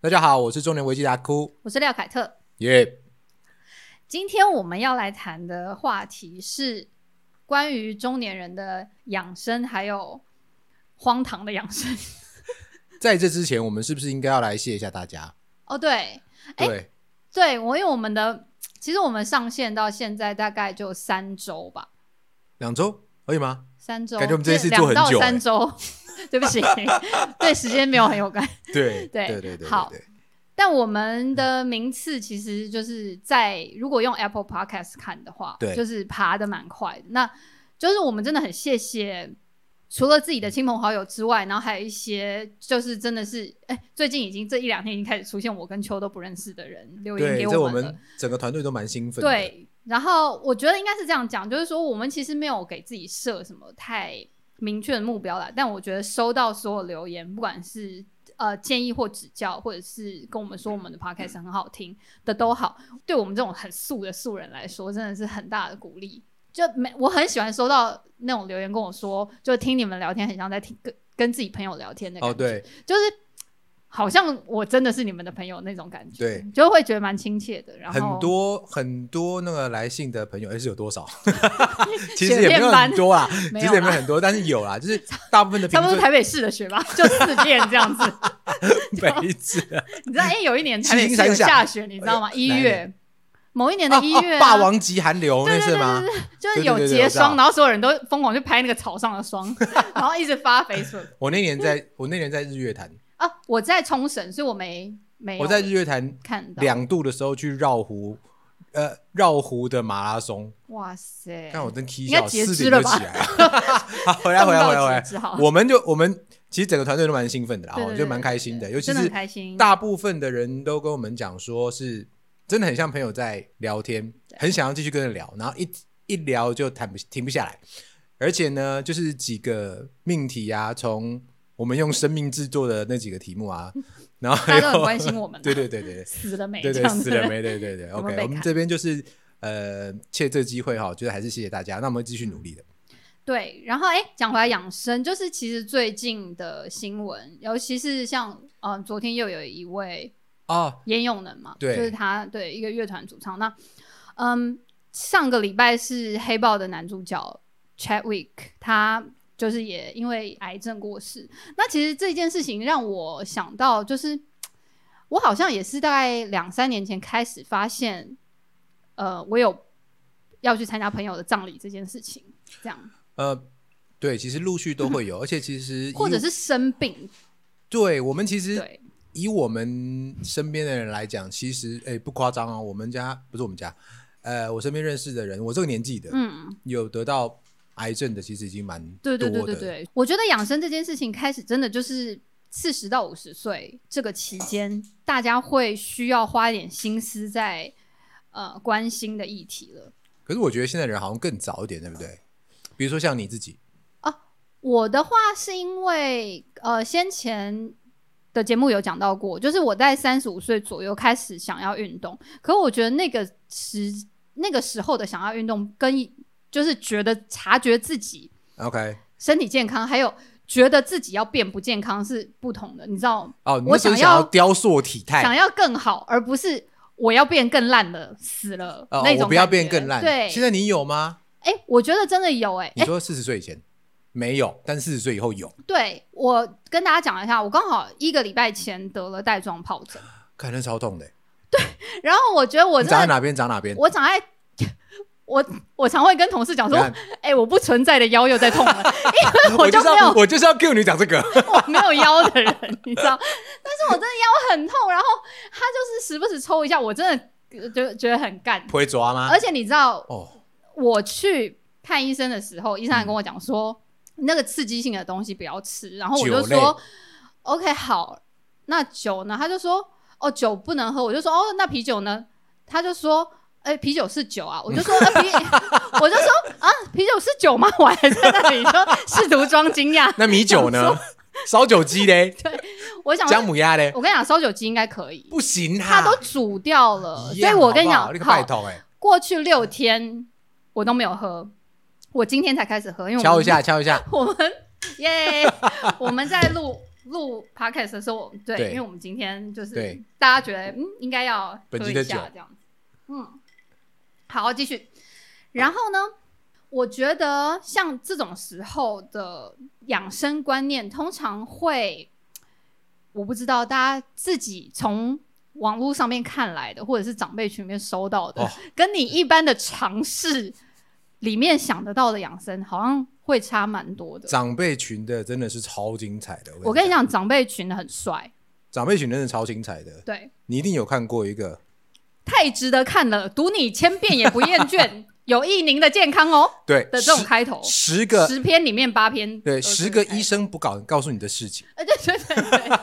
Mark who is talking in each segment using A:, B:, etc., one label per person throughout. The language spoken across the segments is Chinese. A: 大家好，我是中年危机达哭，
B: 我是廖凯特。
A: 耶、
B: 今天我们要来谈的话题是关于中年人的养生，还有荒唐的养生。
A: 在这之前，我们是不是应该要来谢一下大家？
B: 哦，对，哎
A: 对，
B: 对我因为我们的其实我们上线到现在大概就三周吧，
A: 两周可以吗？
B: 三周，
A: 感觉我们这一次
B: 对
A: 做很
B: 两到
A: 久哎
B: 三周。 对不起，对时间没有很有感。
A: 对
B: 对
A: 对对对，
B: 好
A: 对
B: 但我们的名次其实就是在如果用 Apple Podcast 看的话，
A: 对
B: 就是爬的蛮快的。那就是我们真的很谢谢，除了自己的亲朋好友之外，然后还有一些就是真的是，哎、最近已经这一两天已经开始出现我跟秋都不认识的人留言
A: 对，
B: 给
A: 这我
B: 们了
A: 们。整个团队都蛮兴奋的。，
B: 对，然后我觉得应该是这样讲，就是说我们其实没有给自己设什么太明确的目标啦，但我觉得收到所有留言，不管是呃建议或指教，或者是跟我们说我们的 podcast 很好
A: 嗯
B: 听的都好，对我们这种很素的素人来说，真的是很大的鼓励。就没我很喜欢收到那种留言跟我说，就听你们聊天很像在听跟跟自己朋友聊天的感
A: 哦
B: 觉，
A: 对，
B: 就是好像我真的是你们的朋友那种感觉，
A: 对，
B: 就会觉得蛮亲切的。然后
A: 很多很多那个来信的朋友，哎、是有多少？ 其实
B: 雪
A: 也没
B: 片
A: 有
B: 般
A: 很多啦，
B: 没
A: 其
B: 有
A: 实也没有
B: 啦
A: 很多，但是有啦，就是大部分的评
B: 差不多
A: 论
B: 台北市的雪吧， 就四遍这样子。
A: 每一次
B: 你知道，哎、有一年台北
A: 七星
B: 市
A: 闪
B: 有
A: 闪
B: 下雪，你知道吗？
A: 哎呦
B: 一
A: 哪一
B: 月
A: 年，哦
B: 某一年的一月、
A: 啊
B: 啊
A: 霸，王级寒流
B: 对
A: 那
B: 对
A: 次
B: 对
A: 吗？
B: 对对，就
A: 对
B: 是
A: 对
B: 有
A: 对对
B: 结
A: 我知道
B: 霜，然后所有人都疯狂去拍那个草上的霜， 然后一直发 Facebook。
A: 我那年在，我那年在日月潭，
B: 啊，我在冲绳，所以我没没有
A: 我在日月潭
B: 看到。
A: 两度的时候去绕湖，呃，绕湖的马拉松，
B: 哇塞，
A: 但我真 K
B: 应该
A: 笑，
B: 截
A: 四
B: 肢
A: 点
B: 了
A: 就
B: 吧
A: 起来了。 好，回来回来回来回来，
B: 只好
A: 我们就我们其实整个团队都蛮兴奋的啦，
B: 对对
A: 我
B: 对
A: 觉得蛮开心的，尤其
B: 真的很
A: 是
B: 开心。
A: 大部分的人都跟我们讲说是真的很像朋友在聊天，很想要继续跟人聊，然后一一聊就谈不停不下来，而且呢，就是几个命题啊，从我们用生命制作的那几个题目啊，然后还
B: 大家
A: 有
B: 都很关心我们啊
A: 哦 对对对对对，
B: 死了没？
A: 对
B: 这
A: 对，
B: 样子
A: 死了没？对对对
B: 有没
A: ，OK，
B: 有被
A: 我们
B: 砍
A: 这边就是呃，借这机会哈，觉得还是谢谢大家，那我们继续努力的。
B: 对，然后哎，讲回来养生，就是其实最近的新闻，尤其是像嗯、呃昨天又有一位
A: 哦，
B: 烟用人嘛，
A: 对
B: 就是他对一个乐团主唱。那嗯，上个礼拜是《黑豹》的男主角 Chadwick，他就是也因为癌症过世。那其实这件事情让我想到，就是我好像也是大概两三年前开始发现，呃，我有要去参加朋友的葬礼这件事情，这样。
A: 呃，对，其实陆续都会有，而且其实以
B: 或者是生病，
A: 对我们其实
B: 对，
A: 以我们身边的人来讲，其实哎不夸张哦，我们家不是我们家，呃，我身边认识的人，我这个年纪的
B: 嗯，
A: 有得到癌症的，其实已经蛮多
B: 对
A: 的。
B: 对对对对，我觉得养生这件事情开始真的就是四十到五十岁这个期间，大家会需要花一点心思在呃关心的议题了。
A: 可是我觉得现在人好像更早一点，对不对？比如说像你自己，
B: 我的话是因为呃先前。的节目有讲到过，就是我在三十五岁左右开始想要运动，可我觉得那个时那个时候的想要运动，跟就是觉得察觉自己
A: OK，
B: 身体健康，还有觉得自己要变不健康是不同的，你知道，
A: 哦，你
B: 我
A: 那时候
B: 想
A: 想
B: 要
A: 要雕塑体态，
B: 想要更好，而不是我要变更烂了，死了、
A: 哦，
B: 那种。
A: 我不要变更烂。
B: 对，
A: 现在你有吗？
B: 哎、我觉得真的有哎、
A: 你说四十岁以前没有，但四十岁以后有，
B: 对我跟大家讲一下，我刚好一个礼拜前得了带状疱疹，
A: 可能超痛的。
B: 然后我觉得我
A: 你长在
B: 真的，
A: 哪边长哪边？
B: 我长在。 我我常会跟同事讲说，
A: 等
B: 哎
A: 一、
B: 我不存在的腰又在痛了，因为
A: 我
B: 就
A: 就是
B: 没有
A: 要我就是要 Q 你讲这 个，
B: 我没有腰的人，你知 道？但是我真的腰很痛，然后他就是时不时抽一下，我真的呃就觉得很干。
A: 不会抓吗
B: 而？且你知道，
A: 哦，
B: 我去看医生的时候，医生还跟我讲说，那个刺激性的东西不要吃。然后我就
A: 酒类
B: 说，OK，好，那酒呢？他就说，哦，酒不能喝。我就说，哦，那啤酒呢？他就说。哎、啤酒是酒啊！我就说，呃、 啤，我就说啊，啤酒是酒吗？我还在那里说试图装惊讶。
A: 那米酒呢？烧酒鸡嘞，
B: 我想说
A: 姜母鸭嘞，
B: 我跟你讲，烧酒鸡应该可以，
A: 不行
B: 它
A: 哈，
B: 都煮掉了，
A: 啊一
B: 所以
A: 样
B: 我跟你
A: 好不好
B: 讲
A: 那，个拜
B: 好，
A: 托哎，
B: 过去六天我都没有喝，我今天才开始喝，因为我
A: 敲
B: 们
A: 一，下敲一下，
B: 我们耶，我们在录录 podcast 的时候，对，
A: 对
B: 因为我们今天就是
A: 对
B: 大家觉得嗯应该要喝
A: 本集
B: 一
A: 的
B: 下
A: 酒
B: 这样子，嗯，好，继续。然后呢，我觉得像这种时候的养生观念，通常会我不知道大家自己从网络上面看来的，或者是长辈群里面收到的，
A: 哦
B: 跟你一般的尝试里面想得到的养生，好像会差蛮多的。
A: 长辈群的真的是超精彩的，
B: 我跟你，讲，长辈群很帅，
A: 长辈群真的超精彩的，
B: 对，
A: 你一定有看过一个，
B: 太值得看了，读你千遍也不厌倦，有益您的健康哦
A: 对
B: 的这种
A: 十
B: 开头，
A: 十个
B: 十篇里面八篇，
A: 对十个医
B: 医，
A: 生不搞告诉你的事情，
B: 呃，对对对 对，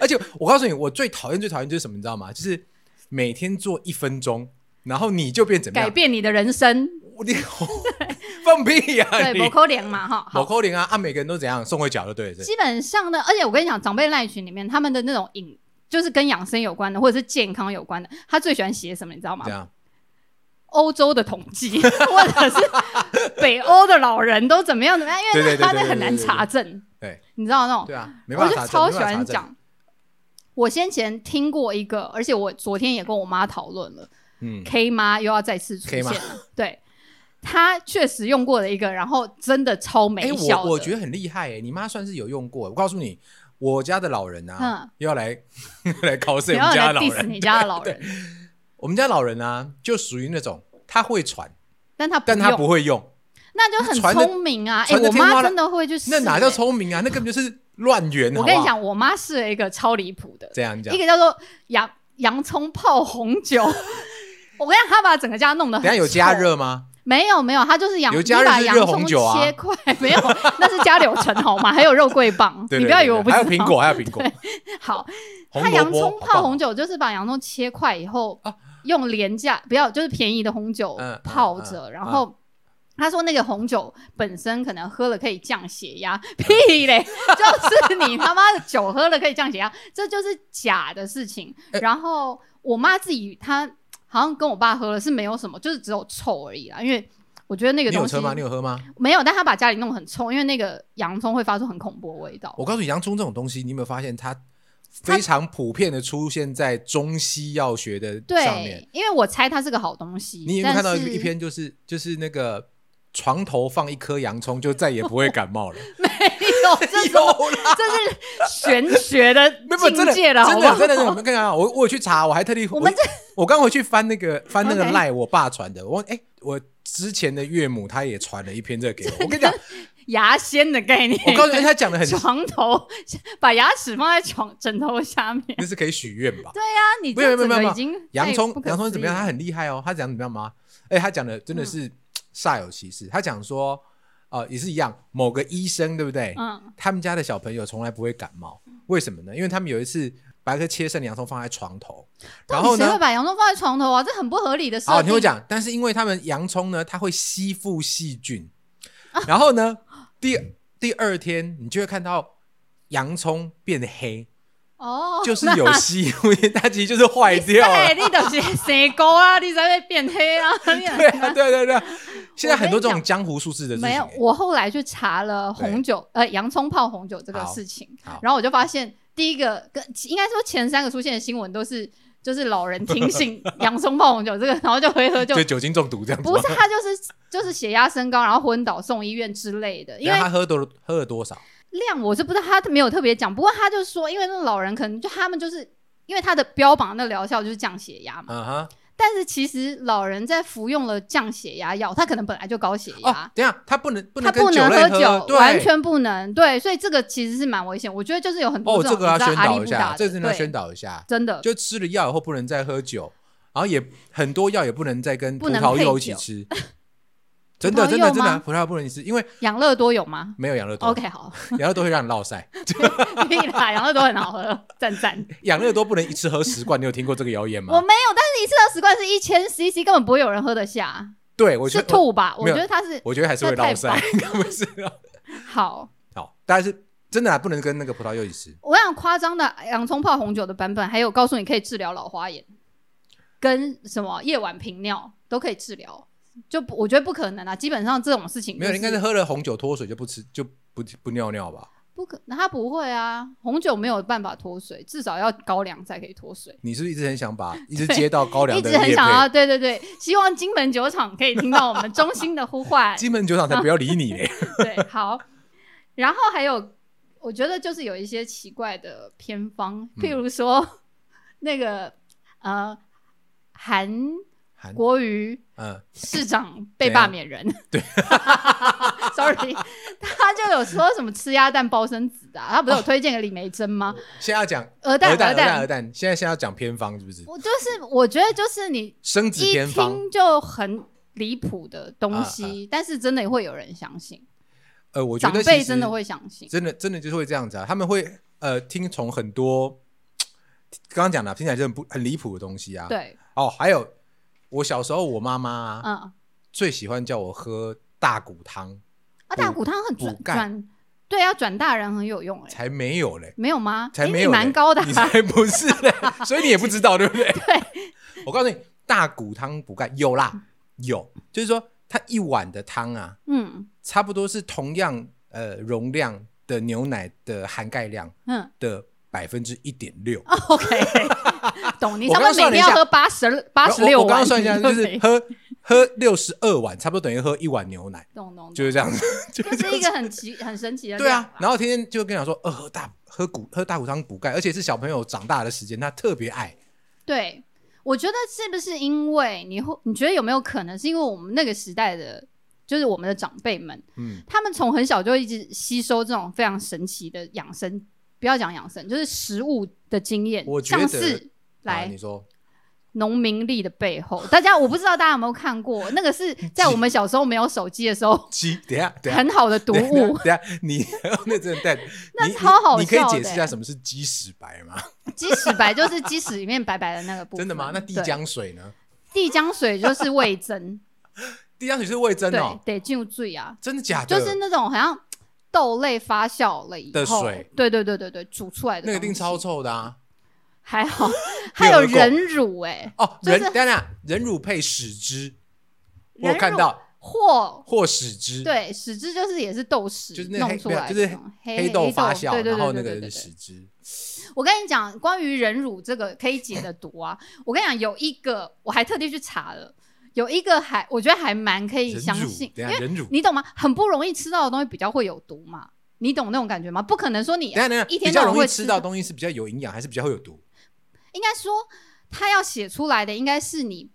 A: 而且我告诉你，我最讨厌最讨厌就是什么，你知道吗？就是每天做一分钟，然后你就变怎么
B: 改
A: 样？
B: 变你的人生，
A: 我你 放屁呀、
B: 对，
A: 哎你
B: 某口粮嘛哈，
A: 某
B: 好。
A: 扣零啊，啊，每个人都怎样送回脚就对了，
B: 基本上呢，而且我跟你讲，长辈赖群里面他们的那种影，就是跟养生有关的，或者是健康有关的，他最喜欢写什么，你知道吗
A: 这？样
B: 欧洲的统计， 或者是北欧的老人都怎么样怎么样，因
A: 对对
B: 为
A: 对
B: 他那
A: 对对
B: 很难
A: 对对
B: 查证，
A: 对
B: 你知道那种
A: 对啊，没
B: 哦我
A: 办
B: 就
A: 法查证，
B: 超
A: 没
B: 喜
A: 办法查
B: 欢
A: 证，
B: 讲。我先前听过一个，而且我昨天也跟我妈讨论了
A: 嗯，
B: ，K 妈又要再次出
A: K
B: 现
A: 妈
B: 了。对，她确实用过的一个，然后真的超没
A: 哎、
B: 效
A: 我我觉
B: 得
A: 得很厉害哎、你妈算是有用过。我告诉你，我家的老人啊，
B: 嗯
A: 又要来 又来 cos
B: 不
A: 我
B: 要
A: 们家的
B: 来
A: 老
B: diss
A: 人。
B: 你家的 老人，
A: 我们家老人啊，就属于那种他会传，
B: 但她不
A: 但他
B: 用，
A: 不会用，
B: 那就很
A: 传得
B: 聪明啊！哎，
A: 传得
B: 我
A: 天
B: 妈
A: 花
B: 真的会去试。
A: 那哪叫
B: 哎
A: 聪明啊？那根本就是乱源。
B: 我
A: 好
B: 跟你
A: 不好，
B: 讲，我妈试了一个超离谱的，
A: 这样这
B: 一
A: 样，
B: 个叫做洋洋葱泡红 酒。我跟你讲，她把整个家弄得
A: 等
B: 很
A: 一下有加
B: 臭
A: 热吗？
B: 没有没有，它就是洋，
A: 有
B: 你
A: 加热
B: 把
A: 是
B: 洋
A: 热
B: 葱
A: 红酒啊
B: 切块，没有，那是加柳橙好吗？还有肉桂棒，
A: 对
B: 你
A: 对
B: 不要
A: 对
B: 以为我
A: 对
B: 不知
A: 还
B: 道。
A: 有苹果，还有苹果，
B: 好，
A: 红
B: 它
A: 萝
B: 洋
A: 卜
B: 葱泡红
A: 酒，
B: 酒就是把洋葱切块以后
A: 啊，
B: 用廉价不要就是便宜的红酒
A: 嗯嗯
B: 泡着，然后。他说：“那个红酒本身可能喝了可以降血压， 屁嘞！就是你他妈的酒喝了可以降血压， 这就是假的事情。
A: 哎
B: 然后我妈自己，她好像跟我爸喝了是没有什么，就是只有臭而已啦。因为我觉得那个
A: 你有
B: 东西
A: 车吗？你有喝吗？
B: 没有，但他把家里弄得很臭，因为那个洋葱会发出很恐怖的味道。
A: 我告诉你，洋葱这种东西，你有没有发现它非常普遍的出现在中西药学的上面？
B: 对，因为我猜它是个好东西。
A: 你有没
B: 但
A: 有看
B: 是
A: 到一一篇就是就是那个床头放一颗洋葱就再也不会感冒 了？
B: 没 有？ 这是
A: 有啦，
B: 这是玄学的
A: 没有没有
B: 境
A: 真的
B: 界
A: 真的
B: 了，好
A: 真
B: 不好
A: 的？真的，我们跟你讲，我我有去查，我还特地
B: 我们
A: 我我刚回去翻那个翻那个
B: OK
A: 赖我爸传的，我哎、我之前的岳母她也传了一篇这个给我，我 跟你讲，
B: 牙仙的概念。
A: 我告诉你，她讲的很，
B: 床头把牙齿放在床枕头下面，
A: 那是可以许愿吧？
B: 那你
A: 没有
B: 这
A: 没有没有
B: 整个
A: 没有
B: 已经
A: 洋葱
B: 太哎不可
A: 洋葱怎么样？他
B: 思议嗯了
A: 很厉害哦，他讲怎么样吗？哎、他讲的真的是煞有其事。他讲说，呃，也是一样，某个医生对不对？
B: 嗯，
A: 他们家的小朋友从来不会感冒，为什么呢？因为他们有一次把一颗切剩的洋葱放在床头，然后
B: 到底谁会
A: 呢？
B: 把洋葱放在床头啊？这很不合理的事。
A: 好，你听我，讲，但是因为他们洋葱呢，它会吸附细菌，
B: 啊
A: 然后呢，第第二天你就会看到洋葱变黑，
B: 哦，
A: 就是有吸附，它其实就是坏掉啊了
B: 对，。 你就是生高啊，你才会变 黑啊，你
A: 对啊，对对对啊，现在很多这
B: 我跟
A: 种江湖术士的事情、
B: 没有，
A: 欸
B: 我后来去查了红酒，呃，洋葱泡红酒这个
A: 好
B: 事情
A: 好，
B: 然后我就发现第一个跟应该说前三个出现的新闻都是就是老人 听信洋葱泡红酒这个，然后就回喝就
A: 就酒精中毒这样子吗。
B: 不是他就是就是血压升高，然后昏倒送医院之类的，因
A: 然
B: 为
A: 后他喝多喝了多少？
B: 量我是不知道他没有特别讲，不过他就说，因为那老人可能就他们就是因为他的标榜那疗效就是降血压嘛，
A: 嗯哼，
B: 但是其实老人在服用了降血压药，他可能本来就高血压。
A: 哦，等一下他不能不
B: 啊他
A: 能跟
B: 不能
A: 类
B: 酒，
A: 对，
B: 完全不能。对，所以这个其实是蛮危险。我觉得就是有很
A: 哦，
B: 多这
A: 这
B: 种
A: 个要
B: 你知
A: 宣
B: 道阿
A: 导
B: 里
A: 一
B: 不
A: 下，
B: 达
A: 这
B: 的，
A: 个真的要
B: 对
A: 宣导一下。
B: 真的
A: 就吃了药以后不能再喝酒，然后也很多药也不能再跟
B: 不
A: 葡
B: 能
A: 萄
B: 配
A: 柚一起
B: 酒
A: 吃。真的
B: 葡萄
A: 真的
B: 柚
A: 真的啊，
B: 吗
A: 葡萄柚不能吃，因为
B: 养乐多有吗
A: 没有养乐多，
B: ？OK，好，
A: 养乐多会让你落腮。
B: 屁啦，养乐多很好喝，赞赞。
A: 养乐多不能一次喝十罐，你有听过这个谣言
B: 我
A: 吗？
B: 没有，但是一次二十罐是一千 CC，根本不会有人喝得下，
A: 对，我觉
B: 是
A: 得我
B: 吐吧？我
A: 没有
B: 觉得它是
A: 我觉得还是会
B: 那
A: 落
B: 太
A: 腮， 根本是啊
B: 好。
A: 好，但是真的啊，不能跟那个葡萄柚一起吃。
B: 我想夸张的洋葱泡红酒的版本，还有告诉你可以治疗老花眼，跟什么夜晚频尿都可以治疗。就不我觉得不可能啊，基本上这种事情
A: 没有，
B: 就
A: 应该是喝了红酒脱水就不吃就不不尿尿吧？
B: 不可，那它不会啊，红酒没有办法脱水，至少要高粱才可以脱水。
A: 你是不是一直很想 把一直接到高粱
B: 一
A: 的
B: 直很
A: 业
B: 想
A: 配？
B: 要，对对对，希望金门酒厂可以听到我们衷心的呼唤。
A: 金门酒厂才不要理你 嘞！
B: 对，好。然后还有，我觉得就是有一些奇怪的偏方，
A: 嗯
B: 譬如说、那个呃，韩
A: 韩
B: 国瑜
A: 嗯，
B: 市长被
A: 怎样
B: 罢免人，对 ，sorry，他 就有说什么吃鸭蛋包生子的啊、他不是有推荐给李梅珍吗？
A: 现在要讲
B: 鹅蛋
A: 鹅蛋
B: 鹅蛋
A: 鹅蛋，现在现在要讲偏方是不是？
B: 我就是我觉得就是你
A: 生子
B: 一
A: 偏方，
B: 听就很离谱的东西，但是真的会有人相信，
A: 呃，我觉
B: 长
A: 得其
B: 辈
A: 实
B: 真的会相信，
A: 真的真的就是会这样子啊，他们会呃听从很多刚刚讲的啊听起来就很不很离谱的东西啊。
B: 对，
A: 哦，还有我小时候我妈妈、啊
B: 嗯，
A: 最喜欢叫我喝大骨汤，
B: 啊，大骨汤很转
A: 补钙
B: 转，对啊，转大人很有用哎、
A: 才没有嘞，
B: 没有吗？
A: 才
B: 诶
A: 没
B: 你
A: 有嘞
B: 蛮高的、
A: 你
B: 啊，
A: 才不是嘞，所以你也不知道对不 对？对，我告诉你，大骨汤补钙有啦，有，就是说它一碗的汤啊，
B: 嗯
A: 差不多是同样呃容量的牛奶的含钙量
B: 嗯哦
A: 的百分之一点六。
B: ，OK，懂。 你
A: 我
B: 差
A: 刚刚
B: 不多每
A: 算了一
B: 天
A: 下
B: 要喝八十八
A: 然
B: 十
A: 后
B: 六
A: 我我刚刚
B: 碗，
A: 算一下，
B: 你就
A: 就是
B: 没
A: 喝喝六十二碗，差不多等于喝一碗牛奶，
B: 懂懂，
A: 就
B: 懂
A: 是这样子。
B: 就是一个很奇很神奇的
A: 对啊
B: 量吧，
A: 然后天天就跟你讲说，呃，喝大喝骨喝大骨汤补钙，而且是小朋友长大的时间，他特别爱。
B: 对，我觉得是不是因为你会，你觉得有没有可能是因为我们那个时代的，就是我们的长辈们，
A: 嗯，
B: 他们从很小就一直吸收这种非常神奇的养生，不要讲养生，就是食物的经验，
A: 我觉
B: 上
A: 得
B: 市
A: 啊
B: 来
A: 你说
B: 农民力的背后，大家我不知道大家有没有看过，那个是在我们小时候没有手机的 时候
A: 鸡，等一下等一下
B: 很好的读
A: 等一下
B: 物，
A: 等一下你 那真的带，
B: 那
A: 你
B: 超好
A: 你你可以
B: 笑
A: 解
B: 的
A: 释一下什么是鸡屎白吗？
B: 鸡屎白就是鸡屎里面白白的那个部分。
A: 真的吗？那地
B: 对
A: 浆水呢？
B: 地浆水就是味 增，
A: 地浆水是味增
B: 对
A: 哦，，
B: 得进入醉啊。
A: 真的假的？
B: 就是那种好像豆类发酵了以
A: 的
B: 后，
A: 水
B: 对对对对对，煮出来的
A: 那个一定
B: 东
A: 超
B: 西
A: 臭的啊！
B: 还好，还
A: 没有
B: 有
A: 喝过
B: 人乳哎、
A: 哦，
B: 就是
A: 人等一下人乳配屎汁，我
B: 人
A: 有
B: 乳
A: 看到
B: 或
A: 或屎汁，，
B: 对屎汁就是也是豆豉
A: 就是那
B: 弄
A: 黑
B: 出
A: 没有
B: 来的
A: 就是
B: 那种黑
A: 黑豆发酵，
B: 对对
A: 然后那
B: 对对
A: 个
B: 对
A: 是
B: 对
A: 屎汁，
B: 我跟你讲，关于人乳这个可以解的毒啊，我跟你讲有一个我还特地去查了，有一个还我觉得还蛮可以
A: 人
B: 相
A: 乳
B: 信，因
A: 等一下
B: 为
A: 人乳，
B: 你懂吗？很不容易吃到的东西比较会有毒嘛。你懂那种感觉吗？不可能说你
A: 等一下等一下，
B: 一
A: 比
B: 天
A: 较
B: 到晚
A: 容易
B: 会
A: 吃
B: 吃
A: 到的东西是比较有营养，还是比较会有毒？
B: 应该说他要写出来的应该是你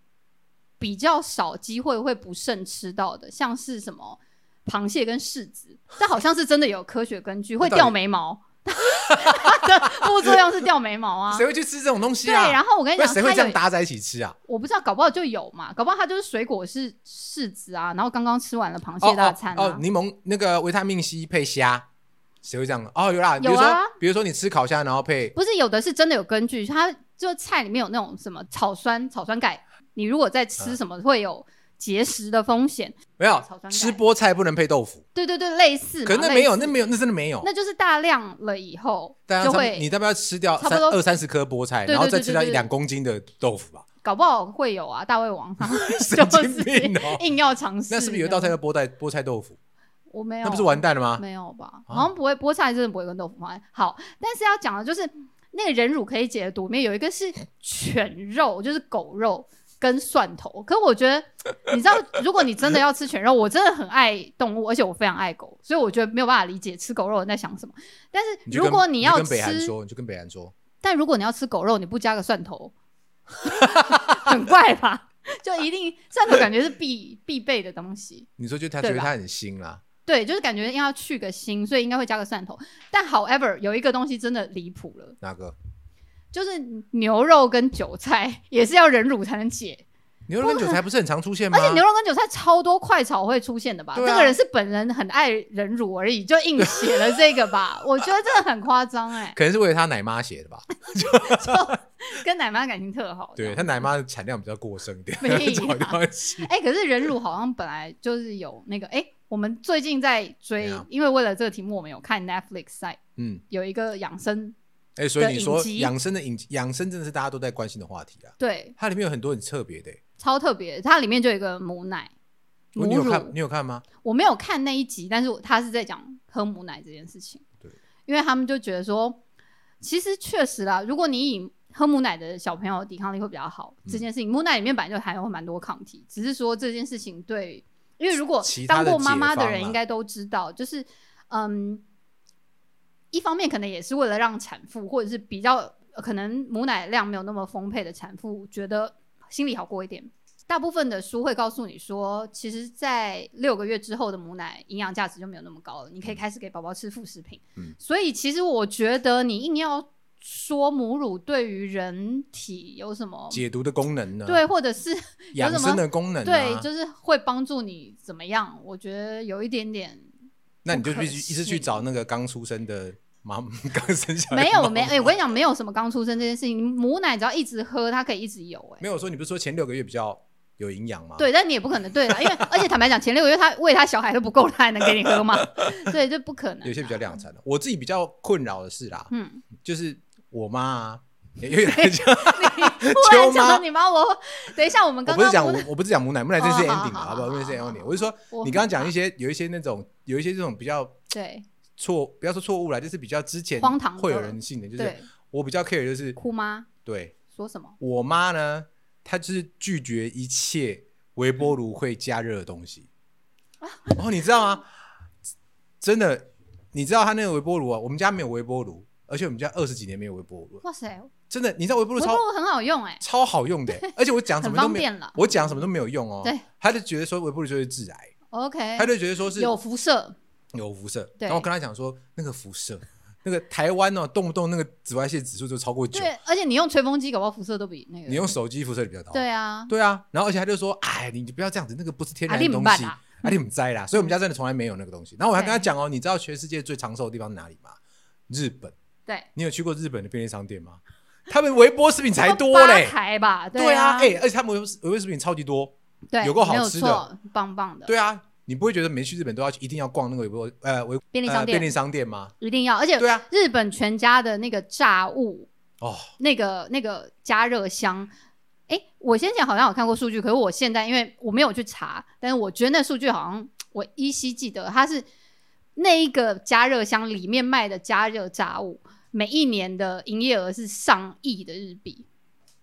B: 比较少机会会不慎吃到的，像是什么螃蟹跟柿子，这好像是真的有科学根据，会
A: 到
B: 掉
A: 底
B: 眉毛。 它的副作用是掉眉毛啊
A: 谁。会去吃这种东西
B: 对，
A: 啊？
B: 然后我跟你
A: 不然
B: 讲，
A: 谁会
B: 它
A: 这样
B: 有
A: 搭在一起吃啊？
B: 我不知道，搞不好就有嘛，搞不好它就是水果是柿子啊，然后刚刚吃完了螃
A: 哦
B: 蟹大餐
A: 哦哦
B: 啊，，
A: 柠檬那个维他命 C 配虾，谁会这样？哦，有啦，比
B: 有
A: 如说
B: 啊
A: 比如说你吃烤虾，然后配
B: 不是有的是真的有根据，它就菜里面有那种什么草酸草酸钙，你如果在
A: 嗯
B: 吃什么会有结石的风险，
A: 没有
B: 炒酸菜
A: 吃菠菜不能配豆腐，
B: 对对对，类似嘛，
A: 可是那没有，
B: 类
A: 那
B: 似
A: 没有，那真的没有。
B: 那就是大量了以后
A: 大家
B: 就
A: 差不
B: 会
A: 你要不要吃掉
B: 差不
A: 三
B: 多
A: 二三十颗菠菜，
B: 对
A: 然后
B: 对
A: 再
B: 对
A: 吃
B: 对
A: 掉
B: 对
A: 一两公斤的豆腐吧？
B: 搞不好会有啊，大 胃王他
A: 神
B: 就
A: 经
B: 是
A: 病哦！
B: 硬要尝试，
A: 那是不是有一道菜叫菠菜菠菜豆腐？
B: 我没有，
A: 那不是完蛋了吗？
B: 没有吧？
A: 啊
B: 好像不会，菠菜真的不会跟豆腐放在好，但是要讲的就是那个人乳可以解的毒里面有一个是犬肉，就是狗肉。跟蒜头，可我觉得，你知道， 如果你真的要吃犬肉，我真的很爱动物，而且我非常爱狗，所以我觉得没有办法理解吃狗肉的人在想什么。但是
A: 你就
B: 如
A: 跟
B: 果要
A: 就跟北韩
B: 吃，
A: 说，你就跟北韩说，
B: 但如果你要吃狗肉，你不加个蒜头， 很怪吧？ 就一定蒜头感觉是必必备的东西。
A: 你说就他觉
B: 对
A: 得
B: 吧
A: 他很腥啊啦，
B: 对，就是感觉要去个腥，所以应该会加个蒜头。但 however 有一个东西真的离谱了，
A: 哪个？
B: 就是牛肉跟韭菜也是要忍辱才能解，
A: 牛肉跟韭菜不是很常出现吗？
B: 而且牛肉跟韭菜超多快炒会出现的吧？
A: 对啊
B: 这个人是本人很爱忍辱而已，就硬写了这个吧？我觉得这个很夸 张哎、
A: 可能是为了他奶妈写的吧？
B: 跟奶妈感情特好。
A: 对他奶妈的产量比较过剩一点，
B: 没有
A: 找地方洗。
B: 哎、可是忍辱好像本来就是有那个哎、我们最近在追
A: 怎样，
B: 因为为了这个题目，我们有看 Netflix 在
A: 嗯，
B: 有一个养生，
A: 哎、所以你说
B: 的影集
A: 养生的影集养生真的是大家都在关心的话题啊。
B: 对，
A: 它里面有很多很特别的、欸，
B: 超特别，它里面就有一个母奶母
A: 哦你有看
B: 乳，
A: 你有看吗？
B: 我没有看那一集，但是我他是在讲喝母奶这件事情。
A: 对，
B: 因为他们就觉得说，其实确实啦，如果你以喝母奶的小朋友抵抗力会比较好，
A: 嗯
B: 这件事情母奶里面本来就含有蛮多抗体，只是说这件事情对，因为如果
A: 其他
B: 当
A: 的
B: 过妈妈
A: 解
B: 的
A: 放
B: 人
A: 嘛
B: 应该都知道，就是嗯，一方面可能也是为了让产妇或者是比较呃可能母奶量没有那么丰沛的产妇觉得心里好过一点。大部分的书会告诉你说，其实，在六个月之后的母奶营养价值就没有那么高了，你可以开始给宝宝吃副食品。
A: 嗯
B: 所以其实我觉得你硬要说母乳对于人体有什么
A: 解毒的功能呢？，
B: 对，或者是
A: 养生的功能、啊。
B: 对，就是会帮助你怎么样？我觉得有一点点
A: 那你就必
B: 不
A: 须
B: 可
A: 一直去
B: 信
A: 找那个刚出生的妈， 刚生小孩的
B: 没有
A: 妈
B: 没哎、我跟你讲，没有什么刚出生这件事情，母奶只要一直喝，它可以一直有哎、
A: 没有说你不是说前六个月比较有营养吗？，
B: 对，但你也不可能对啊啦，因为而且坦白讲，前六个月他喂他小孩都不够，他还能给你喝吗？对，这不可能。
A: 有些比较量产的。我自己比较困扰的是啦，
B: 嗯，
A: 就是我妈啊，也有点像，
B: 突然
A: 秋
B: 讲
A: 妈
B: 到你妈，我等一下，我们
A: 我
B: 刚
A: 不是
B: 刚
A: 讲
B: 不
A: 我我不是讲母奶，母奶这是
B: 哦
A: ending
B: 好好
A: 嘛，
B: 好
A: 好不好？
B: 好
A: 这是
B: 好好
A: ending。我是说，
B: 我
A: 你刚刚讲一些有一些那种有一些这种比较
B: 对
A: 错，不要说错误啦，就是比较之前
B: 荒唐的
A: 会有人信的，就是
B: 对
A: 我比较 care 就是
B: 哭妈
A: 对
B: 说什么？
A: 我妈呢，她就是拒绝一切微波炉会加热的东西。
B: 嗯
A: 然后你知道吗？真的，你知道她那个微波炉啊？我们家没有微波炉，而且我们家二十几年没有微波炉了，
B: 哇塞，
A: 真的，你知道微波
B: 微
A: 炉
B: 波
A: 超
B: 炉很好用哎、
A: 超好用的欸、而且我讲什
B: 很
A: 么都
B: 方
A: 没有，
B: 便啦。
A: 我讲什么都没有用哦。
B: 对，
A: 她就觉得说微波炉就是致癌，
B: OK，
A: 她就觉得说是
B: 有辐射，
A: 有辐射。
B: 对
A: 然后我跟她讲说，那个辐射，那个台湾哦，动不动那个紫外线指数就超过九，
B: 对，而且你用吹风机，搞不好辐射都比那个。
A: 你用手机辐射比较高。
B: 对啊，
A: 对啊，然后而且他就说，哎，你不要这样子，那个不是天
B: 啊
A: 然
B: 你
A: 的
B: 不
A: 东
B: 捌
A: 西，
B: 啊
A: 啊，你们摘啦。所以我们家真的从来没有那个东西。然后我还跟他
B: 对
A: 讲哦，你知道全世界最长寿的地方是哪里吗？日本。
B: 对，
A: 你有去过日本的便利商店吗？他们微波食品才多
B: 八
A: 嘞。
B: 台吧？
A: 对
B: 啊，
A: 哎、而且他们微波食微波食品超级多。
B: 对，
A: 有够好
B: 没有
A: 吃的
B: 错，棒棒的，
A: 对啊，你不会觉得没去日本都要去，一定要逛那个微波呃微
B: 便利商
A: 呃便利
B: 店
A: 商店吗？
B: 一定要，而且
A: 对啊，
B: 日本全家的那个炸物，
A: 哦，
B: 那个那个加热箱。哎，我先前好像有看过数据，可是我现在因为我没有去查，但是我觉得那数据好像我依稀记得，它是那一个加热箱里面卖的加热炸物，每一年的营业额是上亿的日币，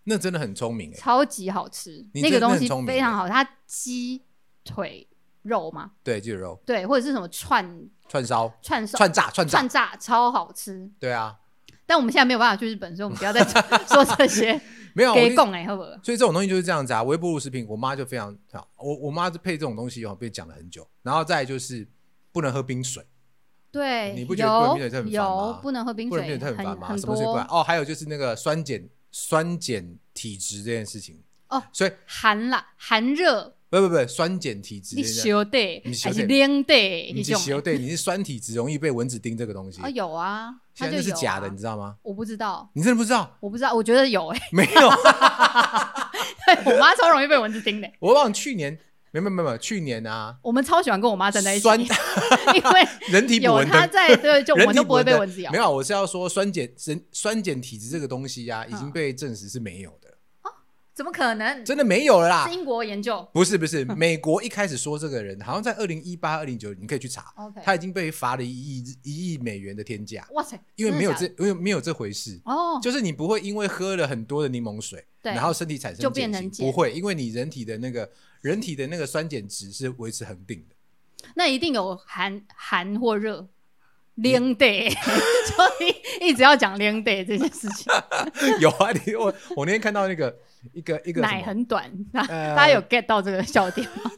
A: 那真的很聪明哎、
B: 超级好吃，
A: 你
B: 那
A: 真的
B: 个东
A: 很
B: 西
A: 聪明欸
B: 非常好，它鸡腿肉嘛，
A: 对，鸡腿肉
B: 对，或者是什么串
A: 串烧、
B: 串烧、
A: 串炸、串炸，
B: 串炸，超好吃。
A: 对啊，
B: 但我们现在没有办法去日本，所以我们不要再说 这些
A: 没有啊我
B: 给
A: 就
B: 供哎，好不好？
A: 所以这种东西就是这样子啊，微波炉食品，我妈就非常好，我我妈就配这种东西哦，被讲了很久。然后再来就是不能喝冰水，
B: 对，
A: 你不觉得不能喝冰水很
B: 有
A: 烦
B: 有
A: 吗
B: 不能喝冰
A: 不能
B: 水，
A: 变得很烦吗？
B: 很
A: 什么水不能
B: 多？
A: 哦，还有就是那个酸碱酸碱体质这件事情
B: 哦
A: 所以
B: 寒啦，寒热，
A: 不不不，酸碱体质
B: 你
A: 这件事，
B: 烧对
A: 你烧
B: 还是
A: 对
B: 冷对？
A: 你
B: 那
A: 是
B: 种
A: 修对，你是酸体质，容易被蚊子叮这个东西。
B: 啊有啊，它
A: 现在
B: 就
A: 那是
B: 有
A: 假
B: 啊
A: 的，你知道吗？
B: 我不知道，
A: 你真的不知道？
B: 我不知道，我觉得有哎，
A: 没有，
B: 我妈超容易被蚊子叮的。
A: 我忘了去年，没没没没，去年啊，
B: 我们超喜欢跟我妈站在一起，
A: 酸
B: 因 为
A: 人体捕
B: 有
A: 蚊
B: 她
A: 灯。
B: 在，对，就我
A: 人
B: 们
A: 体
B: 都不会被
A: 蚊
B: 蚊子咬
A: 没。有，我是要说酸碱人酸碱体质这个东西呀、已
B: 嗯
A: 经被证实是没有的，
B: 怎么可能？
A: 真的没有了
B: 是
A: 啦。
B: 英国研究。
A: 不是不是，美国一开始说这个人好像在二零一八、二零九，你可以去查，
B: OK，
A: 他已经被罚了一亿一亿美元的天价，
B: 哇塞，
A: 因为
B: 真的
A: 没有
B: 假
A: 这
B: 的
A: 因为没有这回事，
B: 哦，
A: 就是你不会因为喝了很多的柠檬水，
B: 对
A: 然后身体产生
B: 就变成
A: 碱
B: 碱
A: 性，不会，因为你人体的那个人体的那个酸碱值是维持恒定的。
B: 那一定有寒寒或热。零 day，所以一直要讲零 day 这件事情。
A: 有啊，你我我那天看到那个一个一个什
B: 奶
A: 么
B: 很短，大
A: 呃
B: 大家有 get 到这个笑点吗？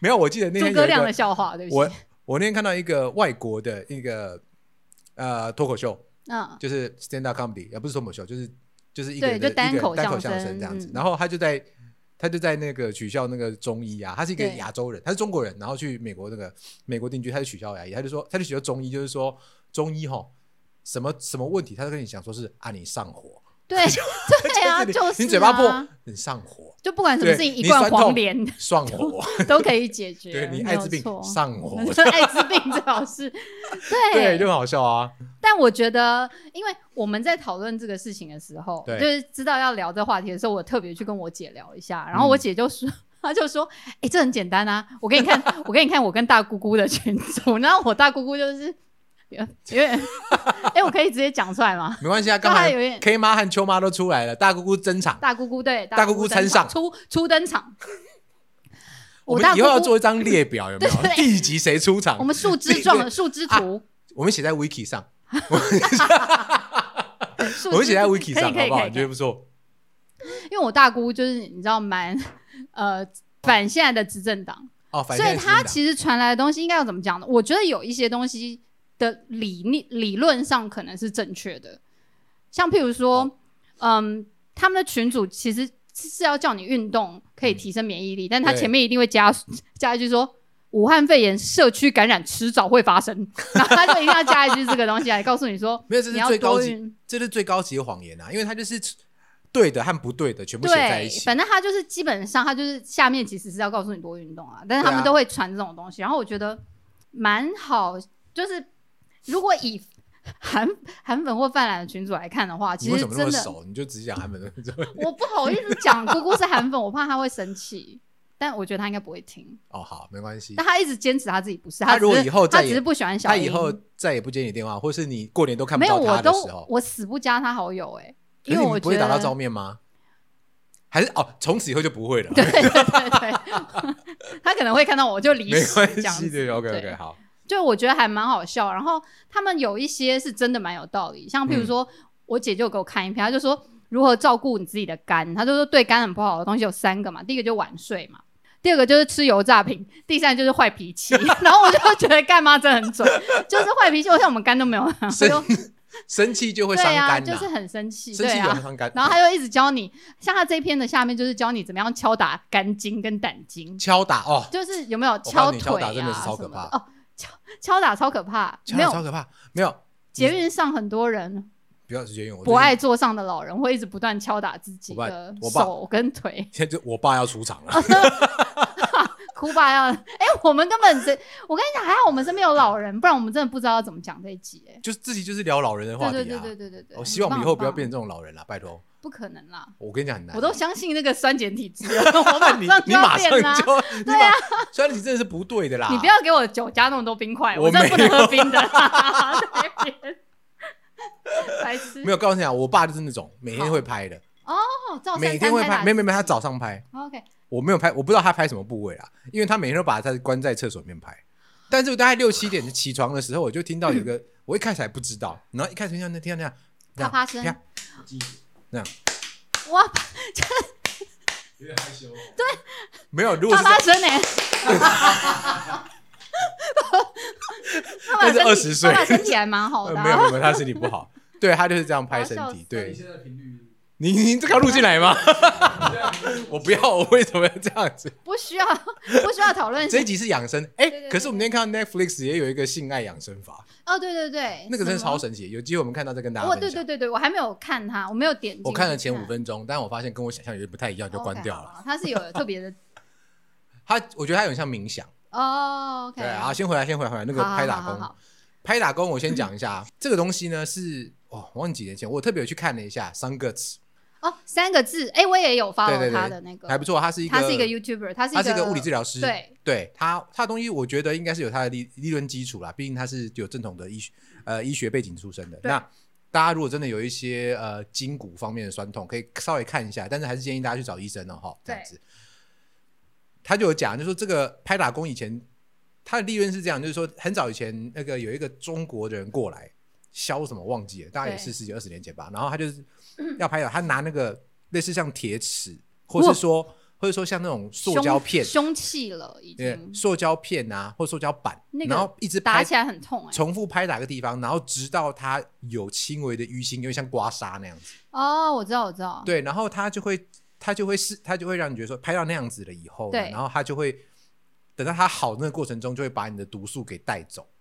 A: 没有，我记得那天
B: 诸
A: 有
B: 葛
A: 一
B: 亮的
A: 个
B: 笑话，对不
A: 我
B: 起。
A: 我那天看到一个外国的一个呃脱口秀，
B: 嗯，
A: 就是 stand up comedy，也不是脱口秀，就是就是一个人
B: 对
A: 的
B: 就单
A: 一个
B: 口
A: 人单口
B: 相
A: 相
B: 声
A: 声这样子
B: 嗯。
A: 然后他就在他就在那个取笑那个中医啊，他是一个
B: 对
A: 亚洲人，他是中国人，然后去美国那个美国定居，他就取笑牙医，他就说他就取笑中医，就是说中医吼什么什么问题，他就跟你讲说是啊你上火，
B: 对对啊，
A: 你
B: 哦就是
A: 你嘴巴
B: 啊
A: 破，，你上火。
B: 就不管什么事情，
A: 对
B: 一
A: 你
B: 罐
A: 酸
B: 黄
A: 痛
B: 连
A: 上 火，
B: 都可以解决。
A: 对你
B: 没
A: 艾
B: 有
A: 滋病
B: 错
A: 上 火，
B: 艾滋病最好是，
A: 对，就很好笑啊。
B: 但我觉得，因为我们在讨论这个事情的时候，
A: 对
B: 就是知道要聊这话题的时候，我特别去跟我姐聊一下，然后
A: 嗯
B: 我姐就说。她就说：“ 哎、这很简单啊！我给你看，我给你看我跟大姑姑的群组。然后我大姑姑就是有有 点，哎、我可以直接讲出来吗？
A: 没关系啊，刚
B: 刚才
A: 才
B: 有点
A: K 妈和秋妈都出来了，大姑姑登场。
B: 大姑姑对，
A: 大姑姑
B: 登
A: 参上
B: 场初初登场。
A: 我
B: 大
A: 们
B: 姑
A: 以后要
B: 姑
A: 做一张列表，有没有？
B: 对
A: 第一集谁出
B: 我
A: 场？
B: 们树枝
A: 对
B: 状
A: 对
B: 的树枝
A: 啊
B: 图，
A: 我们写在 Wiki 上，
B: 树
A: 啊我们
B: 枝
A: 写在
B: 图
A: Wiki 上
B: 可
A: 好
B: 以可以
A: 不
B: 可
A: 好？
B: 以
A: 你
B: 可
A: 觉
B: 以
A: 得不错？
B: 因为我大姑就是你知道蛮呃反现在的执政党，
A: 哦，反
B: 所以
A: 正
B: 他其实传来的东西应该要怎么讲呢？我觉得有一些东西的理念理论上可能是正确的，像譬如说，嗯，他们的群主其实是要叫你运动可以提升免疫力，但他
A: 嗯对
B: 前面一定会加加一句说。武汉肺炎社区感染迟早会发生， 然后他就一定要加一句这个东西来告诉你说，
A: 没有，这
B: 你
A: 是
B: 要
A: 最高
B: 多
A: 级，
B: 运
A: 这是最高级的谎言啊！因为他就是对的和不对的全部写在一
B: 对，
A: 起。
B: 反正他就是基本上他就是下面其实是要告诉你多运动啊，但是他
A: 对
B: 们
A: 啊
B: 都会传这种东西，然后我觉得蛮好，就是如果以韩韩粉或泛蓝的群主来看的话，
A: 你
B: 其
A: 为
B: 实
A: 什么那
B: 真
A: 么
B: 的
A: 熟？你就只讲他们 的
B: 我不好意思讲姑姑是韩粉，我怕他会生气，但我觉得他应该不会听，
A: 哦，好，没关系
B: 但。他一直坚持他自己不是，
A: 他
B: 只是
A: 如果以后
B: 他
A: 再
B: 只
A: 也
B: 是不喜欢小
A: 他
B: 英，
A: 以后再也不接你电话，或是你过年都看不
B: 没有
A: 到他
B: 我
A: 的
B: 都
A: 时候，
B: 我死不加他好友哎、
A: 可是
B: 因为
A: 你
B: 我
A: 们不会
B: 觉
A: 打到
B: 得
A: 照面吗？还是哦，从此以后就不会了。
B: 对 对对对， 他可能会看到我就 离
A: 没
B: 席
A: 关
B: 这样子
A: 系，对，OK
B: 对
A: OK，好，
B: 就我觉得还蛮好笑。然后他们有一些是真的蛮有道理，像
A: 嗯
B: 譬如说、我姐就给我看一篇，她就说如何照顾你自己的肝，她就说对肝很不好的东西有三个嘛，第一个就晚睡嘛。第二个就是吃油炸品，第三个就是坏 脾气，然后我就觉得干妈真的很准，就是坏脾气，我像我们肝都没有， 我
A: 生
B: 就
A: 生气就会
B: 对
A: 伤
B: 啊，
A: 肝
B: 就
A: 呐
B: 是，很生气，
A: 生
B: 对
A: 气就会
B: 啊，
A: 伤肝。
B: 然后他就一直教你，像他这篇的下面就是教你怎么样敲打肝经跟胆经，
A: 敲打哦，
B: 就是有没有
A: 告诉你
B: 腿
A: 敲打
B: 啊
A: 真的是超
B: 什
A: 可
B: 么
A: 怕
B: 的哦，敲敲打超可怕，
A: 敲
B: 没
A: 打
B: 有
A: 超可怕，没有，
B: 捷运上很多人
A: 不要直接用我
B: 不爱座上的老人会一直不断敲打自己
A: 我爸
B: 的
A: 我爸。
B: 手跟腿
A: 现在就我爸要出场了，
B: 哭吧要！哎、我们根本是，我跟你讲，还好我们身边有老人，不然我们真的不知道要怎么讲这一集、哎，
A: 就是自己就是聊老人的话
B: 对对
A: 题
B: 对
A: 啊。
B: 对对对对。
A: 我希望我们以后不要变成
B: 成
A: 这种老人了，拜托。
B: 不可能啦！
A: 我跟你讲很难，
B: 我都相信那个酸碱 体质了，我马
A: 你
B: 上就
A: 你
B: 要
A: 马上
B: 变啦、
A: 就对啊，虽然你真的是不对的啦，
B: 你不要给我酒加那么多冰块，
A: 我
B: 我真的不能
A: 没有
B: 喝冰的 啦。在那边白痴
A: 没有告诉你啊，我爸就是那种每天会拍的，
B: 哦，照
A: 每天会拍，没
B: 没
A: 没没，他早上拍，
B: OK，
A: 我没有拍，我不知道他拍什么部位啦，因为他每天都把他关在厕所里面拍。但是我大概六七点起床的时候，我就听到有一个，我一开始还不知道，然后一开始听到那听到那样这
B: 啪
A: 样
B: 啪声，
A: 啪这样
B: 哇，
A: 有点害羞，对，没有，如果
B: 啪
A: 是
B: 啪声 呢、欸。
A: 那是20岁
B: 他身体还蛮好
A: 呃
B: 的、
A: 没有没
B: 啊。
A: 有没有，他身体不好，对他就是这样拍身
B: 我要笑
A: 体
B: 死，
A: 对
C: 你现在频率，
A: 你你这个要录进来吗？
C: 你现在频率
A: 我不要，我为什么要这样子？
B: 不需要， 不需要讨论。
A: 这一集是养生，哎、
B: 对对
A: 可是我们今天看到 Netflix 也有一个性爱养生法，
B: 哦，对对对，
A: 那个真的
B: 什么
A: 超神奇，有机会我们看到再跟大家
B: 哦，
A: 分享。
B: 对对对对，我还没有看它，我没有点进去。
A: 我看了前五分钟，但我发现跟我想象有点不太一样，就关掉
B: OK，好
A: 了。
B: 好它 是有特别的
A: 它我觉得它有点像冥想。
B: 哦。OK，
A: 对啊，先回来，先回来，回来那个
B: 好好
A: 拍打
B: 好好嗯
A: 工
B: 好，
A: 拍打工，我先讲一下这个东西呢是哦，忘记几年前我特别有去看了一下 Sun Guts，
B: 哦，三个字，哎，我也有
A: 对对
B: follow
A: 对
B: 他的那个
A: 还，不错，他是一个
B: 他是一个 YouTuber，他是
A: 他是一个物理治
B: 治
A: 疗师，
B: 对
A: 对他他的东西，我觉得应该是有他的理理论基础啦，毕竟他是有正统的医学呃医学背景出身的。
B: 对
A: 那大家如果真的有一些呃筋骨方面的酸痛，可以稍微看一下，但是还是建议大家去找医生哦，哈，这样子。他就有讲，就说这个拍打工以前他的利润是这样，就是说很早以前那个有一个中国的人过来，肖什么忘记了，大概也
B: 对
A: 是十几二十年前吧。然后他 就是要拍打，他拿那个类似像铁尺，或是
B: 哇
A: 说或者说像那种塑胶片，
B: 凶器了，已
A: 对，
B: 经
A: 塑胶片啊，或塑胶板，
B: 嗯那个
A: 然后一直
B: 打
A: 拍，
B: 起来很痛哎。
A: 重复拍打个地方，然后直到它有轻微的淤青，有点像刮痧那样子。
B: 哦，我知道我知道，
A: 对，然后它就会，它就会是，它就会让你觉得说，拍到那样子了以后呢，
B: 对
A: 然后它就会等到它好那个过程中，就会把你的毒素给带走。
B: 嗯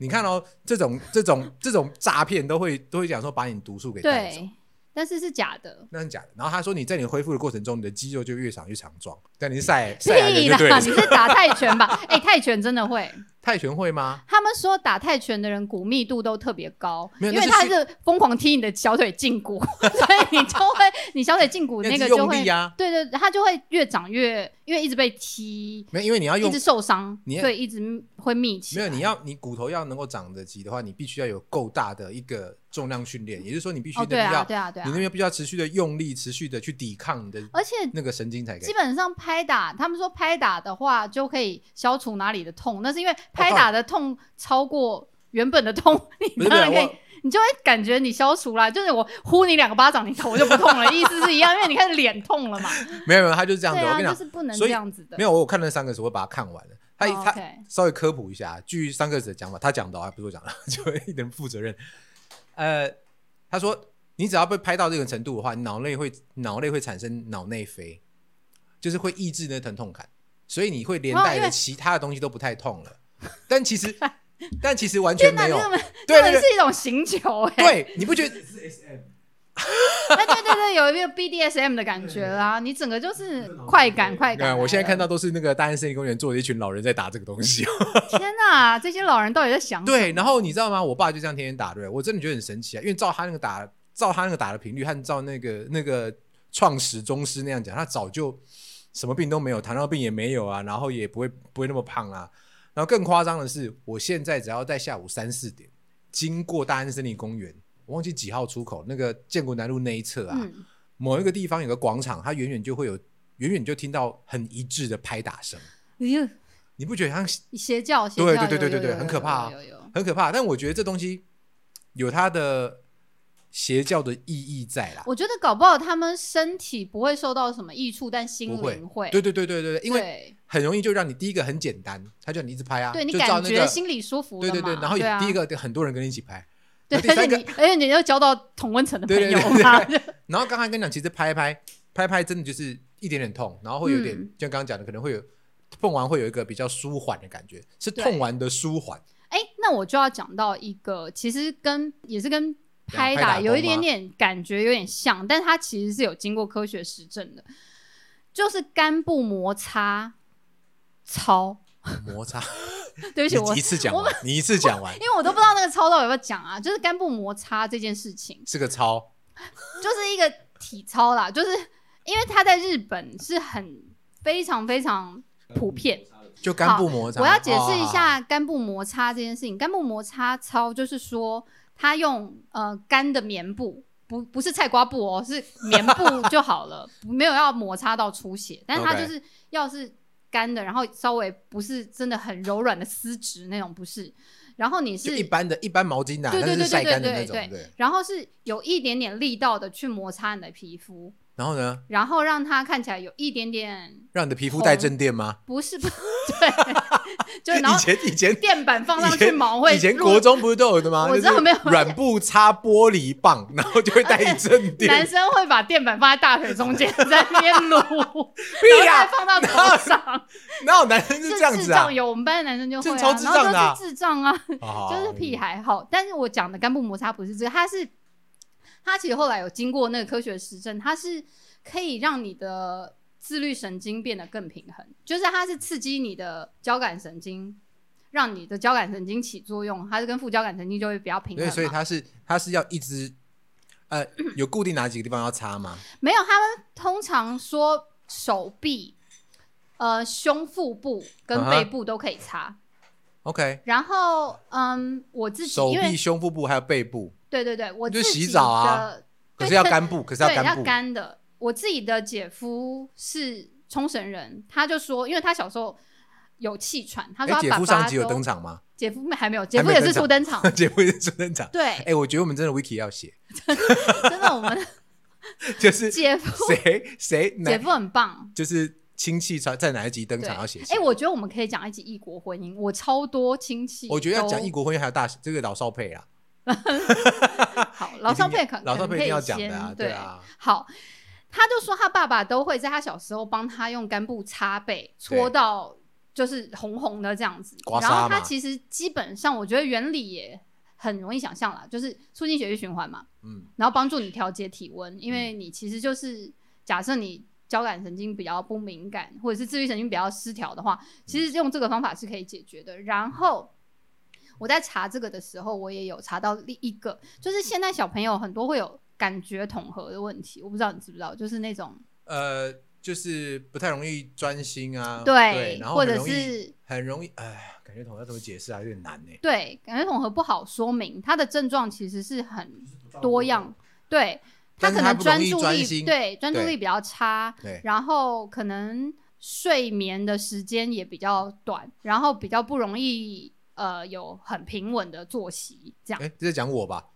A: 你看哦，这种这种这种诈骗都会都会讲说把你毒素给带走，
B: 对，但是是假的。
A: 那是假的。然后他说你在你恢复的过程中，你的肌肉就越长越强壮，但你是晒晒来
B: 屁
A: 啊人就对
B: 啦！
A: 了
B: 你。是打泰拳吧？ 哎、泰拳真的会。
A: 泰拳会吗？
B: 他们说打泰拳的人骨密度都特别高，
A: 没有
B: 因
A: 那
B: 为
A: 是
B: 他
A: 训
B: 是疯狂踢你的小腿胫骨，所以你就会你你小腿胫骨那
A: 那
B: 个
A: 是
B: 就
A: 用
B: 会
A: 力，啊，
B: 对对，它就会越长越，因为一直被踢，
A: 没有，因为你要
B: 一
A: 用
B: 直受伤，
A: 你要
B: 所以一直会密起
A: 没
B: 来。
A: 有，你要你骨头要能够长得急的话，你必须要有够大的一个重量训练，也就是说你必须
B: 哦，
A: 那
B: 对
A: 边要、
B: 啊，对啊，对
A: 你
B: 啊
A: 那，边必须要持续的用力，持续的去抵抗你的
B: 而且
A: 那个神经才可以
B: 基。本上拍打，他们说拍打的话就可以消除哪里的痛，那是因为拍打的痛超过原本的痛，
A: 不
B: 你
A: 是不
B: 当
A: 是
B: 然可以
A: 我，
B: 你就会感觉你消除啦。就是我呼你两个巴掌，你头就不痛了，意思是一样，因为你开始脸痛了嘛。
A: 没有没有，他就是这样子。
B: 对
A: 我
B: 啊，
A: 跟你
B: 就
A: 讲，
B: 是不能
A: 所
B: 这
A: 以
B: 样子的。
A: 没有我看了三个词，我把它看完了。他、
B: 哦
A: 他
B: OK
A: 稍微科普一下，据桑克斯的讲法，他讲的啊，不是我讲的， 就一点负责任。呃，他说你只要被拍到这个程度的话，你脑内会脑内会产生脑内啡，就是会抑制那疼痛感，所以你会连
B: 哦
A: 带
B: 因
A: 的
B: 为
A: 其他的东西都不太痛 了。但其实但其实完全
B: 天哪，
A: 没有
B: 这，本
A: 对
B: 这
A: 对
B: 本
A: 对
B: 是一种行求哎、
A: 对，你不 觉得？
C: 这是 SM，
B: 哎，对对对，有一个 BDSM 的感觉啦，你整个就是快感快感来
A: 啊，
B: 了。
A: 我现在看到都是那个大安森林公园坐着一群老人在打这个东西。
B: 天哪，这些老人到底在想什么？
A: 对，然后你知道吗？我爸就这样天天打，对不对我真的觉得很神奇啊，因为照他那个打，照他那个打的频率和照那个那个创始宗师那样讲，他早就什么病都没有，糖尿病也没有啊，然后也不会不会那么胖啊。然后更夸张的是，我现在只要在下午三四点经过大安森林公园，我忘记几号出口，那个建国南路那一侧啊，
B: 嗯，
A: 某一个地方有个广场，它远远就会有，远远就听到很一致的拍打声，
B: 哎 呦，
A: 你不觉得像
B: 邪教邪教，
A: 对对
B: 有
A: 对对
B: 有
A: 对
B: 有
A: 很
B: 有
A: 可怕啊
B: 有有有
A: 很可怕。但我觉得这东西有它的邪教的意义在啦。
B: 我觉得搞不好他们身体不会受到什么益处，但心
A: 不会
B: 灵会。
A: 对对对对对，对因为
B: 对
A: 很容易就让你第一个很简单，他叫你一直拍啊，
B: 对你
A: 就照
B: 感
A: 那
B: 觉
A: 个，
B: 心里舒服
A: 对
B: 了
A: 对对，
B: 嘛
A: 然后也
B: 对啊
A: 第一个很多人跟你一起拍，
B: 对，
A: 然后第
B: 而
A: 三
B: 且
A: 个
B: 你而且你又交到同温层的朋
A: 对对
B: 友
A: 对
B: 嘛，
A: 然后刚才跟你讲，其实拍一拍拍一拍真的就是一点点痛，然后会有点，
B: 嗯
A: 就像刚刚讲的，可能会有碰完会有一个比较舒缓的感觉，是
B: 对
A: 痛完的舒缓。
B: 哎，那我就要讲到一个，其实跟也是跟
A: 拍
B: 拍
A: 打啊
B: 打
A: 功
B: 有一点
A: 吗
B: 点感觉有点像，但它其实是有经过科学实证的，就是肝部摩擦操。
A: 摩擦，
B: 对不起，我
A: 你一次讲完，你一次讲完
B: 因为我都不知道那个操到底有没有讲啊，就是肝部摩擦这件事情，
A: 是个超，
B: 就是一个体操啦，就是因为它在日本是很非常非常普遍。
A: 就肝部摩擦。
B: 我要解释一
A: 哦，好好好
B: 下肝部摩擦这件事情。肝部摩擦操就是说，它用呃干的棉布，不不是菜瓜布哦，是棉布就好 了，没有要摩擦到出血。但是它
A: OK
B: 就是要是干的，然后稍微不是真的很柔软的丝质那种，不是。然后你
A: 就是一般的一般毛巾呐，
B: 对对
A: 但是
B: 对
A: 晒
B: 对对
A: 干的那
B: 对
A: 种，
B: 对
A: 对。
B: 然后是有一点点力道的去摩擦你的皮肤，
A: 然后呢？
B: 然后让它看起来有一点点
A: 让你的皮肤
B: 红
A: 带正电吗？
B: 不是哦 对，就然
A: 以
B: 后
A: 前以前
B: 垫板放上
A: 以
B: 去
A: 前
B: 毛会
A: 以前
B: 入
A: 国中不是都有的吗？
B: 我知
A: 就
B: 道
A: 是
B: 没有
A: 软布擦玻璃棒，然后就会 带一阵
B: 男
A: 电。
B: 生会把垫板放在大腿中间，在那边撸，
A: 屁
B: 然后再
A: 呀，
B: 放到头上，
A: 哪有男 生是
B: 是
A: 这样
B: 智
A: 子啊哦
B: 障？有，我们班的男生就会、
A: 这
B: 啊，
A: 超智障的啊
B: 然后就是智障啊，
A: 就
B: 就是屁。还好。但是我讲的干部摩擦不是这个，它是它其实后来有经过那个科学实证，它是可以让你的自律神经变得更平衡，就是它是刺激你的交感神经。让你的交感神经起作用，它是跟副交感神经就会比较平衡
A: 对，
B: 嘛。
A: 所以他是他是要一直 呃有固定哪几个地方要擦吗？
B: 没有，他们通常说手臂、呃胸腹部
A: 嗯
B: 跟
A: 哼
B: 背部都可以擦。
A: ？OK，
B: 然后，嗯，我自己
A: 手
B: 因
A: 臂、
B: 为
A: 胸部部还有背部，
B: 对对对，我
A: 就
B: 自己
A: 洗澡啊
B: 的，
A: 可
B: 对
A: 是要干布，可是
B: 对
A: 干
B: 要
A: 布。
B: 干的。我自己的姐夫是冲绳人，他就说，因为他小时候有气喘，他说
A: 哎，
B: 他
A: 姐
B: 爸
A: 夫
B: 爸
A: 上集有
B: 都
A: 登，场吗？
B: 姐夫还没有，姐
A: 还
B: 夫
A: 没
B: 也
A: 登
B: 是
A: 场
B: 初 登场，
A: 姐夫也是登场。
B: 对，
A: 哎，我觉得我们真的 Wiki 要写，
B: 真的，我们
A: 就是
B: 姐夫
A: 谁谁
B: 姐
A: 哪
B: 夫很棒，
A: 就是亲戚在在哪一集登
B: 对，
A: 场要写。
B: 哎、我觉得我们可以讲一集异国婚姻，我超多亲戚都。
A: 我觉得要讲异国婚姻还有大这个老少配啊，
B: 好，老少配
A: 一定
B: 可
A: 要老少配
B: 可能
A: 一
B: 可
A: 定
B: 以
A: 要讲的啊
B: 先，
A: 对啊，
B: 好，他就说他爸爸都会在他小时候帮他用干布擦背，搓
A: 对
B: 到就是红红的这样子
A: 刮。痧
B: 然后他
A: 嘛
B: 其实基本上，我觉得原理也很容易想象啦，就是促进血液循环嘛，
A: 嗯，
B: 然后帮助你调节体温，因为你其实就是假设你。交感神经比较不敏感，或者是自律神经比较失调的话，其实用这个方法是可以解决的。然后我在查这个的时候，我也有查到另一个，就是现在小朋友很多会有感觉统合的问题，我不知道你知不知道，就是那种
A: 呃，就是不太容易专心啊，
B: 对
A: 然后
B: 或
A: 很
B: 者
A: 容易
B: 是
A: 很容易，哎，感觉统合要怎么解释啊，有点难呢。
B: 对感觉统合不好说明，它的症状其实是很多样，对
A: 但是
B: 可
A: 他
B: 能
A: 不容易
B: 注
A: 专
B: 力
A: 心
B: 对专注
A: 对
B: 力比较差，
A: 对，
B: 然后可能睡眠的时间也比较短，然后比较不容易呃有很平稳的作息这样。
A: 哎，这是讲我 吧？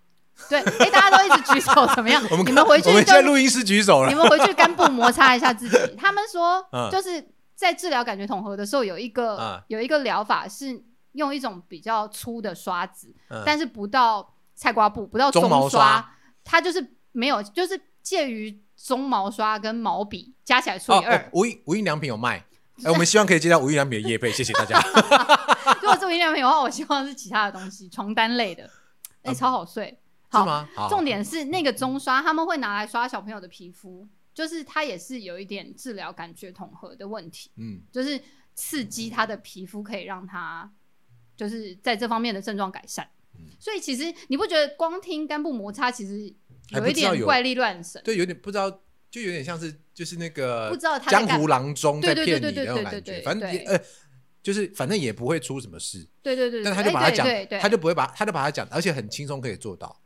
B: 对，哎，大家都一直举手，怎么样？
A: 我们
B: 你们回去
A: 我们
B: 就
A: 现在录音师举手
B: 你
A: 了，
B: 们回去干部摩擦一下自己。 他们说
A: 嗯，
B: 就是在治疗感觉统合的时候，有一个、
A: 嗯
B: 有一个疗法是用一种比较粗的刷子，
A: 嗯
B: 但是不到菜瓜布，不到
A: 鬃毛刷
B: 它就是没有，就是介于鬃毛刷跟毛笔加起来除
A: 哦
B: 以二
A: 哦。无印无印良品有卖， 哎，我们希望可以接到无印良品的业配，谢谢大家。
B: 如果是无印良品的话，我希望是其他的东西，床单类的，哎、
A: 嗯
B: 超好睡。
A: 是
B: 好，
A: 吗？好，
B: 重点是那个中刷，他们会拿来刷小朋友的皮肤，就是它也是有一点治疗感觉统合的问题，
A: 嗯，
B: 就是刺激他的皮肤，可以让他就是在这方面的症状改善
A: 嗯。
B: 所以其实你不觉得光听干布摩擦其实
A: 还
B: 有
A: 不
B: 一
A: 知道
B: 点
A: 有
B: 怪力乱神，
A: 对，有点不知道，就有点像是就是那个
B: 不知道他在
A: 江
B: 干
A: 湖郎中在
B: 对
A: 骗
B: 对
A: 你
B: 对
A: 的那种
B: 对
A: 感觉，
B: 对对对
A: 反正也
B: 对
A: 呃，就是反正也不会出什么事，
B: 对对对对，
A: 但他就
B: 哎
A: 把它
B: 对
A: 讲
B: 对对，，
A: 他就不会把他就把它讲，而且很轻松可以做到。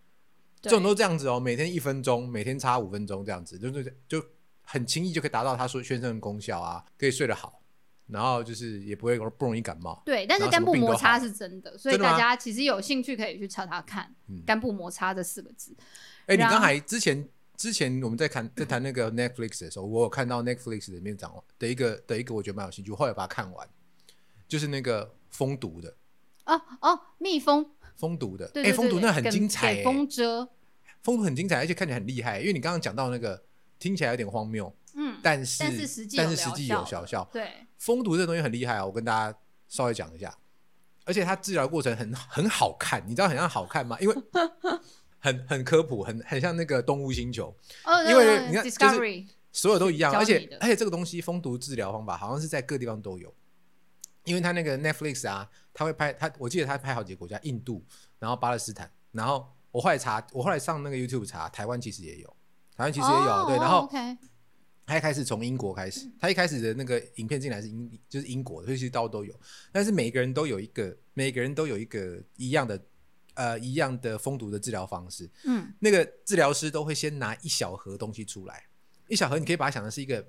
A: 这
B: 对
A: 种都这样子哦，每天一分钟，每天差五分钟这样子，就是就很轻易就可以达到他说宣称的功效啊，可以睡得好，然后就是也不会不容易感冒。
B: 对，但
A: 然
B: 是
A: 后什
B: 干
A: 么
B: 部
A: 病
B: 摩
A: 都
B: 擦
A: 好
B: 是真的，所以
A: 真的
B: 大
A: 吗
B: 家其实有兴趣可以去查查看
A: 嗯
B: “干部摩擦”这四个字。
A: 哎、你
B: 然后
A: 刚才之前之前我们在看在谈那个 Netflix 的时候，我有看到 Netflix 里面讲的一个的一个我觉得蛮有兴趣，我后来把它看完，就是那个封毒的
B: 哦哦，蜜蜂，
A: 封毒的，
B: 对
A: 哎
B: 对对，
A: 封毒那
B: 对
A: 很
B: 给
A: 精彩、
B: 给
A: 欸，
B: 风蛰，
A: 封毒很精彩，而且看起来很厉害，因为你刚刚讲到那个听起来有点荒谬，
B: 嗯，
A: 但是
B: 但是实际有
A: 但是实际
B: 疗
A: 有
B: 效
A: 小效，
B: 对，
A: 封毒这东西很厉害啊，我跟大家稍微讲一下。而且它治疗过程很很好看，你知道很像好看吗？因为 很很科普，很很像那个《动物星球
B: 哦，
A: 因为
B: 对对
A: 你看就是
B: Discovery，》，
A: 所有都一样。
B: 教
A: 而
B: 你
A: 且
B: 的
A: 而且这个东西封毒治疗方法好像是在各地方都有，因为它那个 Netflix 啊，它会拍它，我记得它拍好几个国家，印度，然后巴勒斯坦，然后我后来查，我后来上那个 YouTube 查，台湾其实也有，台湾其实也有，啊
B: 哦
A: 对，
B: 哦
A: 然后
B: OK，
A: 他一开始从英国开始，他一开始的那个影片进来是英，就是英国的，所以其实到处都有。但是每个人都有一个，每个人都有一个一样的，呃，一样的封毒的治疗方式。
B: 嗯，
A: 那个治疗师都会先拿一小盒东西出来，一小盒你可以把它想的是一个嗯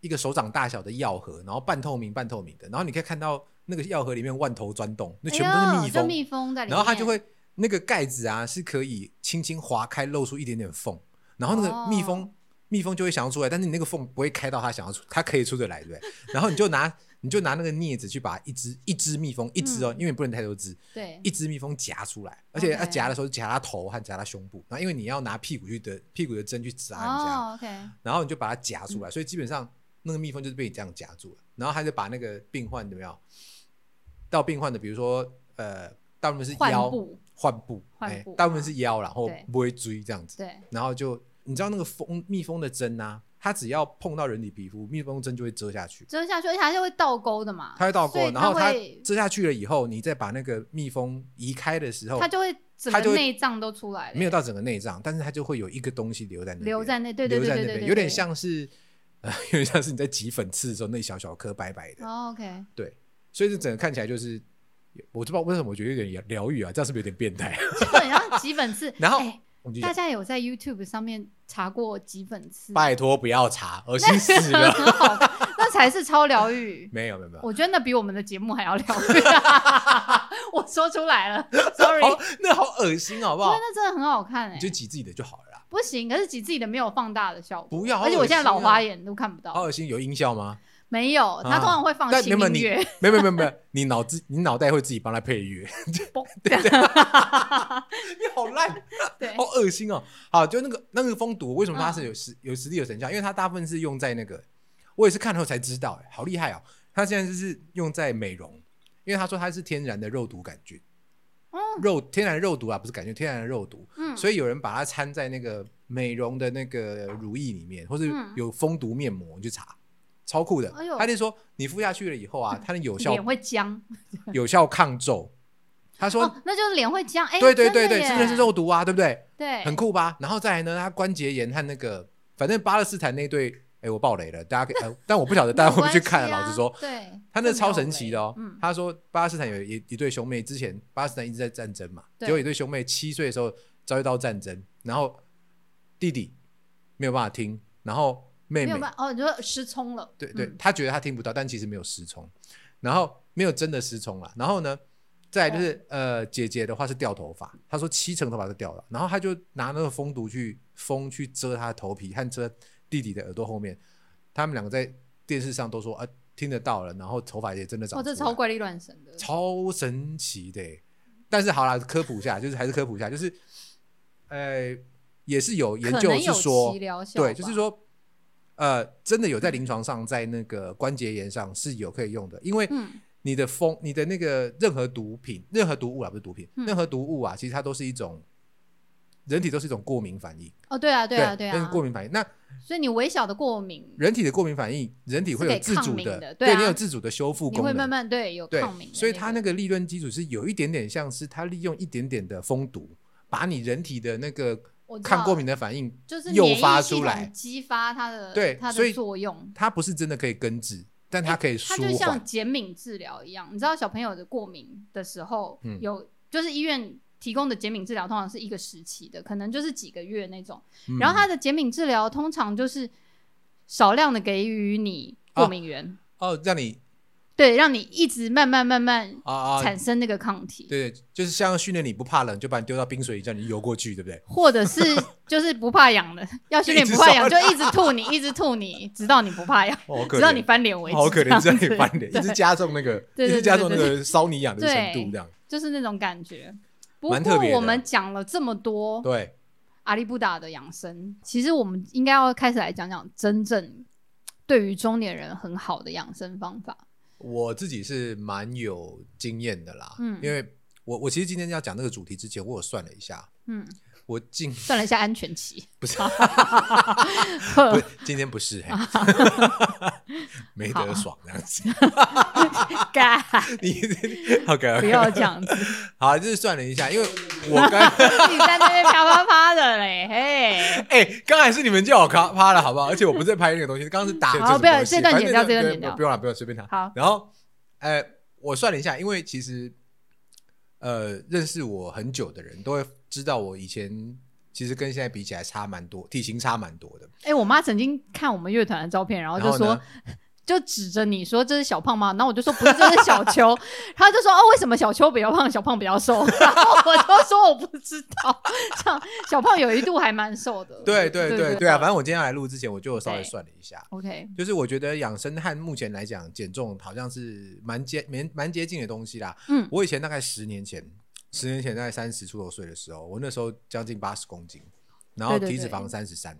A: 一个手掌大小的药盒，然后半透明半透明的，然后你可以看到那个药盒里面万头钻洞，那
B: 哎
A: 全部都是
B: 呦
A: 蜜
B: 就
A: 蜂，
B: 蜜蜂在里面，
A: 然后它就会那个盖子啊是可以轻轻划开，露出一点点缝，然后那
B: 哦
A: 个蜜蜂、蜜蜂就会想要出来，但是你那个缝不会开到它想要出，它可以出得来，对不对？然后你就拿你就拿那个镊子去把一只一只蜜蜂一只
B: 嗯
A: 哦，因为你不能太多只，
B: 对
A: 一只蜜蜂夹出来，而且
B: OK
A: 要夹的时候夹它头和夹它胸部，然后因为你要拿屁股去的屁股的针去扎人家，
B: 哦嗯 OK，
A: 然后你就把它夹出来，所以基本上那个蜜蜂就是被你这样夹住了，然后他就把那个病患怎么样，到病患的比如说呃，大部分是
B: 患
A: 腰
B: 部
A: 患部，
B: 患
A: 哎
B: 部啊
A: 大部分是腰啦，然后
B: 对
A: 不会追这样子，
B: 对，
A: 然后就你知道那个蜂蜜蜂的针啊，它只要碰到人体皮肤，蜜蜂针就会遮下去，
B: 遮下去，而且它是会倒钩的嘛，
A: 它会倒
B: 啊所
A: 过，
B: 以
A: 然后它
B: 会
A: 遮下去了以后，你再把那个蜜蜂移开的时候
B: 它，就会整
A: 哦它
B: 个
A: 就会
B: 内脏都出来了，
A: 没有到整个内脏，但是它就会有一个东西留在那边，
B: 留在那，对对
A: 留
B: 对
A: 在
B: 对
A: 那
B: 对
A: 边，
B: 对，
A: 有点
B: 对。
A: 像是。呃，有点像是你在挤粉刺的时候，那一小小颗白白的，
B: 哦 OK，
A: 对，所以这整个看起来就是，我就不知道为什么我觉得有点疗愈啊，这样是不是有点变态？。
B: 就很像挤粉刺
A: 然后
B: 哎
A: 我就觉
B: 大
A: 得
B: 家有在 YouTube 上面查过挤粉刺？
A: 拜托不要查，恶心死了。
B: 很好看，那才是超疗 愈。
A: 没有没有没有，
B: 我觉得那比我们的节目还要疗愈。 我说出来了，sorry，
A: 好
B: 因为，
A: 那好恶心，哦好不好？
B: 那真的很好看哎、
A: 你就挤自己的就好了啦，
B: 不行，可是挤自己的没有放大的效果。
A: 不要。好
B: 而且我
A: 恶
B: 现在
A: 心啊
B: 老花，眼都看不
A: 好
B: 到，
A: 恶心，有音效吗？
B: 没有，他通常会放
A: 啊但
B: 轻
A: 没有
B: 音
A: 你
B: 乐，
A: 没有没有没有没有，你脑子你脑袋会自己帮他配乐，
B: 嘣
A: 你好烂，
B: 对
A: 好恶心啊哦。好，就那个那个蜂毒，为什么
B: 嗯
A: 它是有实有实力有成效？因为它大部分是用在那个，我也是看后才知道，哎，好厉害哦。它现在就是用在美容，因为他说它是天然的肉毒杆菌，肉天然的肉毒啊，不是杆菌，天然的肉毒，
B: 哦嗯，
A: 所以有人把它掺在那个美容的那个乳液里面，或是
B: 嗯
A: 有蜂毒面膜，你去查，超酷的
B: 哎呦。
A: 他就说你敷下去了以后啊，它能有效
B: 脸会僵。
A: 有效抗皱。他说
B: 哦，那就是脸会僵。哎、
A: 对对对对，
B: 真
A: 真
B: 的
A: 的
B: 耶
A: 是肉毒啊，对不对？
B: 对，
A: 很酷吧？然后再来呢，他关节炎和那个，反正巴勒斯坦那对，哎、我爆雷了，大家可以， 呃、但我不晓得大家会不会去看、
B: 没有关系
A: 老
B: 啊
A: 实说，
B: 对，
A: 他那
B: 这没有
A: 超神奇的哦
B: 雷嗯。
A: 他说巴勒斯坦有一一对兄妹，之前巴勒斯坦一直在战争嘛，
B: 对
A: 结果一对兄妹七岁的时候遭遇到战争，然后弟弟没有办法听，然后妹
B: 没
A: 妹
B: 有办法哦，你说失聪了，
A: 对对
B: 嗯，
A: 他觉得他听不到，但其实没有失聪，然后没有真的失聪啦。然后呢，再来
B: 哦
A: 就是、呃，姐姐的话是掉头发，她说七成头发是掉了，然后她就拿那个风毒去风去遮她的头皮和遮弟弟的耳朵后面。他们两个在电视上都说啊听得到了，然后头发也真的长
B: 哇，
A: 出来，
B: 哦这超怪力乱神的，
A: 超神奇的欸。但是好啦，科普一下，就是还是科普一下，就是呃，也是有研
B: 可
A: 究
B: 能
A: 是
B: 有
A: 说
B: 其，疗效
A: 对，就是
B: 吧，
A: 说，呃，真的有在临床上，在那个关节炎上是有可以用的，因为
B: 嗯，
A: 你的风、你的那个任何毒品、任何毒物啊，不是毒品，
B: 嗯
A: 任何毒物啊，其实它都是一种人体都是一种过敏反应，
B: 哦，对啊，对啊，对
A: 那
B: 啊
A: 是，过敏反应。那
B: 所以你微小的过敏，
A: 人体的过敏反应，人体会
B: 是
A: 有
B: 可以
A: 自
B: 抗
A: 主
B: 敏
A: 的，
B: 的对
A: 对
B: 啊
A: 你有自主的修复
B: 你
A: 功
B: 会
A: 能，
B: 慢慢对有
A: 对
B: 抗敏，，
A: 所以它那
B: 个
A: 个理论基础是有一点点像是它利用一点点的风毒，把你人体的那个
B: 我知
A: 抗
B: 道
A: 过敏的反应
B: 就是
A: 诱
B: 免疫
A: 发
B: 系
A: 出
B: 统
A: 来
B: 激发它的
A: 对
B: 它
A: 所
B: 的
A: 以
B: 作用。
A: 它不是真的可以根治，但它可以舒
B: 哎它就
A: 缓
B: 像。减敏治疗一样，你知道小朋友的过敏的时候，
A: 嗯
B: 有就是医院提供的减敏治疗通常是一个时期的，可能就是几个月那种。
A: 嗯
B: 然后它的减敏治疗通常就是少量的给予你过敏源，
A: 哦，让你
B: 对，让你一直慢慢慢慢
A: 啊啊，
B: 产生那个抗体，
A: 对，就是像训练你不怕冷，就把你丢到冰水里，叫你游过去，对不对？
B: 或者是就是不怕痒 的，要训练不怕痒就一直吐你，一直吐你，直到你不怕痒，
A: 哦，好 可
B: 直到你
A: 怜，
B: 翻脸为止，
A: 好可怜，
B: 这
A: 这
B: 样
A: 里
B: 子
A: 翻脸，一直
B: 对
A: 加重那个，
B: 对对
A: 一直加重那
B: 对
A: 个搔你痒的程
B: 对
A: 度，这样
B: 就是那种感觉。不
A: 蛮特
B: 过
A: 别的
B: 我们讲了这么多
A: 对。
B: 阿里布达的养生，其实我们应该要开始来讲讲真正对于中年人很好的养生方法。
A: 我自己是蛮有经验的啦，
B: 嗯
A: 因为我我其实今天要讲这个主题之前，我有算了一下，
B: 嗯，
A: 我 今
B: 算了一下安全期，
A: 不是不
B: 呵
A: 是今天不是，嘿没得爽这样子，
B: 干
A: 你 OK
B: 不
A: OK，
B: 要这样子，
A: 好，就是算了一下，因为我刚。
B: 你在那边啪啪啪的嘞，嘿，
A: 哎、刚才是你们叫我咔趴了，好不好？而且我不是在拍那个东西，刚刚是打。
B: 好不要这段剪掉
A: 反正
B: 这段
A: 对
B: 剪掉
A: 不用了，不用随便他。
B: 好，
A: 然后，呃，我算了一下，因为其实，呃，认识我很久的人都会知道，我以前其实跟现在比起来差蛮多，体型差蛮多的。
B: 哎、我妈曾经看我们乐团的照片，然后
A: 然
B: 就
A: 后
B: 说
A: 呢，，
B: 就指着你说这是小胖吗？然后我就说不是，这是小秋。他就说哦，为什么小秋比较胖，小胖比较瘦？ 然后我就说我不知道，像小胖有一度还蛮瘦的。
A: 对对
B: 对
A: 对对啊，反正我今天要来录之前，我就稍微
B: 对
A: 算了一下。
B: OK，
A: 就是我觉得养生和目前来讲减重好像是蛮接蛮蛮接近的东西啦。
B: 嗯
A: 我以前大概十年前，十年前大概三十出头岁的时候，我那时候将近八十公斤，然后
B: 对对
A: 体脂
B: 对
A: 肪三十三，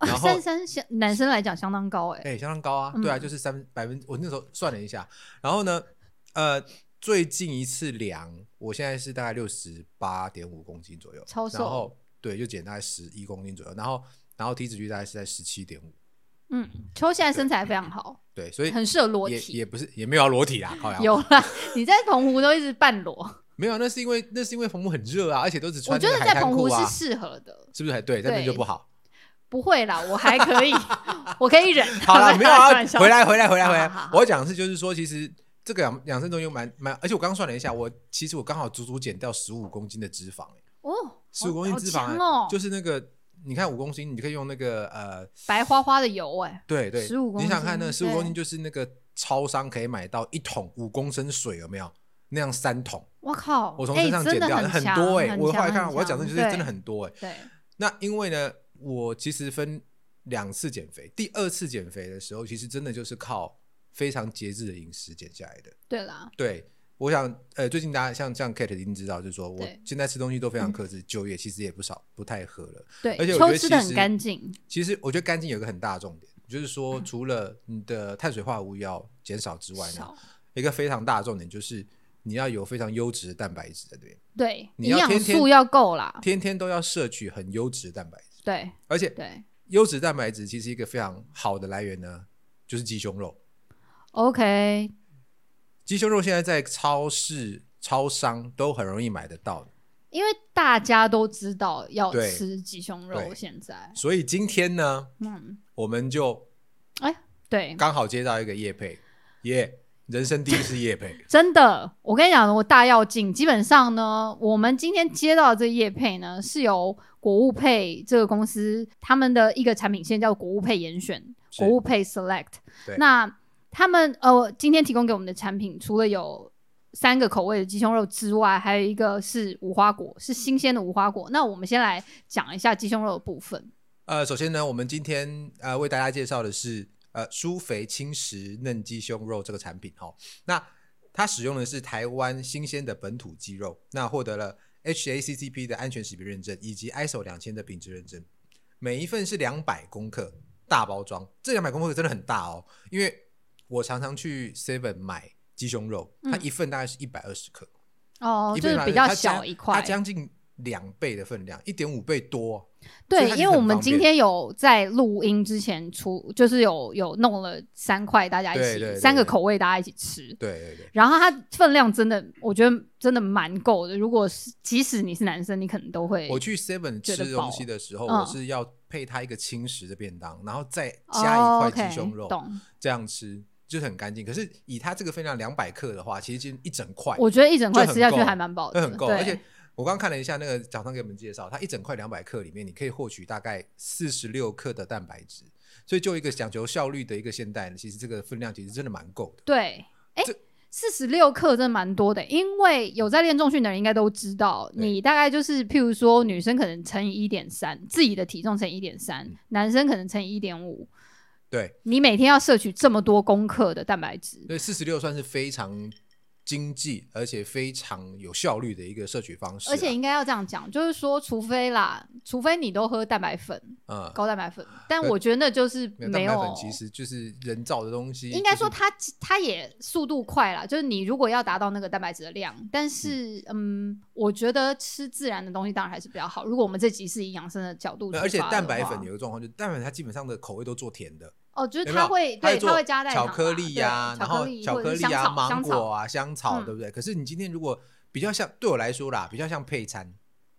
A: 然后
B: 哦三三相男生来讲相当高哎、
A: 哎、相当高啊，
B: 嗯
A: 对啊，就是三百分，我那时候算了一下，然后呢，呃，最近一次量，我现在是大概六十八点五公斤左右，
B: 超瘦
A: 然后对，就减大概十一公斤左右，然后然后体脂率大概是在十七点五，
B: 嗯，秋现在身材非常好，
A: 对，所以
B: 很适合裸
A: 也
B: 体。
A: 也不是也没有要裸体啦，靠呀，
B: 有啦， 你在澎湖都一直半裸，
A: 没有，啊那是因为那是因为澎湖很热啊，而且都只
B: 我
A: 穿
B: 觉
A: 那
B: 得
A: 个海
B: 在
A: 滩
B: 澎
A: 裤
B: 湖是
A: 啊，
B: 适合的。
A: 是不是还对？在那
B: 对
A: 就不好。
B: 不会啦，我还可以， 我可以忍。
A: 好了，没有啊
B: 开玩，笑
A: 回来回来回来回来
B: 好好好。
A: 我要讲的是，就是说，其实这个养养生中西蛮蛮，而且我刚算了一下，我其实我刚好足足减掉十五公斤的脂肪、欸，
B: 哦，
A: 十五公斤脂肪、
B: 好
A: 欸
B: 强哦，
A: 就是那个你看五公斤，你可以用那个呃，
B: 白花花的油哎、
A: 对对，
B: 15公斤
A: 你想看那十五
B: 对
A: 公斤就是那个超商可以买到一桶五公升水，有没有？那样三桶，
B: 我靠！
A: 我从
B: 哎
A: 身上减
B: 真的
A: 掉、那
B: 很
A: 很
B: 强
A: 多
B: 哎、
A: 欸我后来看，我要讲的
B: 的
A: 就是真的很多哎、
B: 对，
A: 那因为呢，我其实分两次减肥，第二次减肥的时候，其实真的就是靠非常节制的饮食减下来的。
B: 对啦，
A: 对，我想，呃，最近大家像像 Kate 已经知道，就是说我
B: 对
A: 现在吃东西都 非常克制，酒也其实也不少，不太喝了。
B: 对，
A: 而且我觉
B: 秋
A: 得
B: 吃的
A: 其
B: 很
A: 实
B: 干净，
A: 其实我觉得干净有一个很大的重点，就是
B: 嗯
A: 说除了你的碳水化合物要减少之外呢，
B: 少
A: 一个非常大的重点就是你要有非常优质的蛋白质在这边，
B: 对，
A: 你
B: 营
A: 要
B: 养
A: 天天
B: 素要够啦，
A: 天天都要摄取很优质的蛋白质，
B: 对
A: 而且
B: 对
A: 优质蛋白质其实一个非常好的来源呢，就是鸡胸肉。
B: ，OK，
A: 鸡胸肉现在在超市、超商都很容易买得到，
B: 因为大家都知道要
A: 对
B: 吃鸡胸肉，
A: 对
B: 现在，
A: 所以今天呢，
B: 嗯，
A: 我们就
B: 对，，
A: 刚好接到一个叶配，耶、人生第一次叶配
B: 真的，我跟你讲，我大要进。基本上呢，我们今天接到的这业配呢，是由国务配这个公司他们的一个产品线叫国务配严选，
A: 是
B: 国务配 Select
A: 对。
B: 那他们呃，今天提供给我们的产品，除了有三个口味的鸡胸肉之外，还有一个是无花果，是新鲜的无花果。那我们先来讲一下鸡胸肉的部分。
A: 呃，首先呢，我们今天呃为大家介绍的是呃舒肥轻食嫩鸡胸肉这个产品哦。那它使用的是台湾新鲜的本土鸡肉，那获得了 HACCP 的安全识别认证以及 ISO 两千的品质认证，每一份是两百公克大包装，这两百公克真的很大哦，因为我常常去 Seven 买鸡胸肉，它
B: 嗯
A: 一份大概是一百二十克，
B: 哦，
A: 120
B: 就是比较小一块，
A: 它将近两倍的分量，一点五倍多、所以
B: 对
A: 它，其实
B: 因为我
A: 很
B: 们
A: 方
B: 今
A: 便
B: 天有在录音之前出，就是有有弄了三块，大家一起
A: 对对对
B: 三个
A: 对
B: 口味，大家一起吃。
A: 对对对。
B: 然后它分量真的，我觉得真的蛮够的。如果是即使你是男生，你可能都会
A: 我去 Seven
B: 觉得
A: 吃
B: 饱
A: 东西的时候，
B: 嗯
A: 我是要配它一个轻食的便当，然后再
B: 哦
A: 加一块
B: OK，
A: 鸡胸肉，
B: 懂？
A: 这样吃就是很干净。可是以它这个分量两百克的话，其实就一整块
B: 我觉得一整块
A: 就很
B: 吃下去
A: 够
B: 还蛮饱
A: 会
B: 的，
A: 很够，
B: 对
A: 而且。我刚刚看了一下那个早上给我们介绍，它一整块两百克里面，你可以获取大概四十六克的蛋白质，所以就一个讲求效率的一个现代呢，其实这个分量其实真的蛮够的。
B: 对，哎
A: 这，
B: 四十六克真的蛮多的，因为有在练重训的人应该都知道，
A: 对
B: 你大概就是譬如说女生可能乘以一点三，自己的体重乘以一点三
A: 嗯，
B: 男生可能乘以一点五，
A: 对，
B: 你每天要摄取这么多公克的蛋白质，
A: 所以四十六算是非常经济而且非常有效率的一个摄取方式啊、
B: 而且应该要这样讲，就是说，除非啦，除非你都喝蛋白粉、
A: 嗯，
B: 高蛋白粉，但
A: 呃
B: 我觉得那就是
A: 没有蛋
B: 没
A: 白粉
B: 有。
A: 其实就是人造的东西，
B: 应该说
A: 就是
B: 它它也速度快啦，就是你如果要达到那个蛋白质的量，但是嗯我觉得吃自然的东西当然还是比较好。如果我们这集是以养生的角度出
A: 呃
B: 发的话，
A: 而且蛋白粉有个状况，就是蛋白粉它基本上的口味都做甜的，
B: 哦，就是
A: 有没有
B: 它会
A: 它
B: 对
A: 做
B: 它会加代
A: 巧
B: 糖嘛
A: 克力
B: 对
A: 呀，
B: 巧
A: 然
B: 克
A: 后
B: 力
A: 巧
B: 或者
A: 克力
B: 是香
A: 呀、
B: 草
A: 芒
B: 香草
A: 果啊、香草，
B: 嗯
A: 对不对？可是你今天如果比较像，对我来说啦，比较像配餐，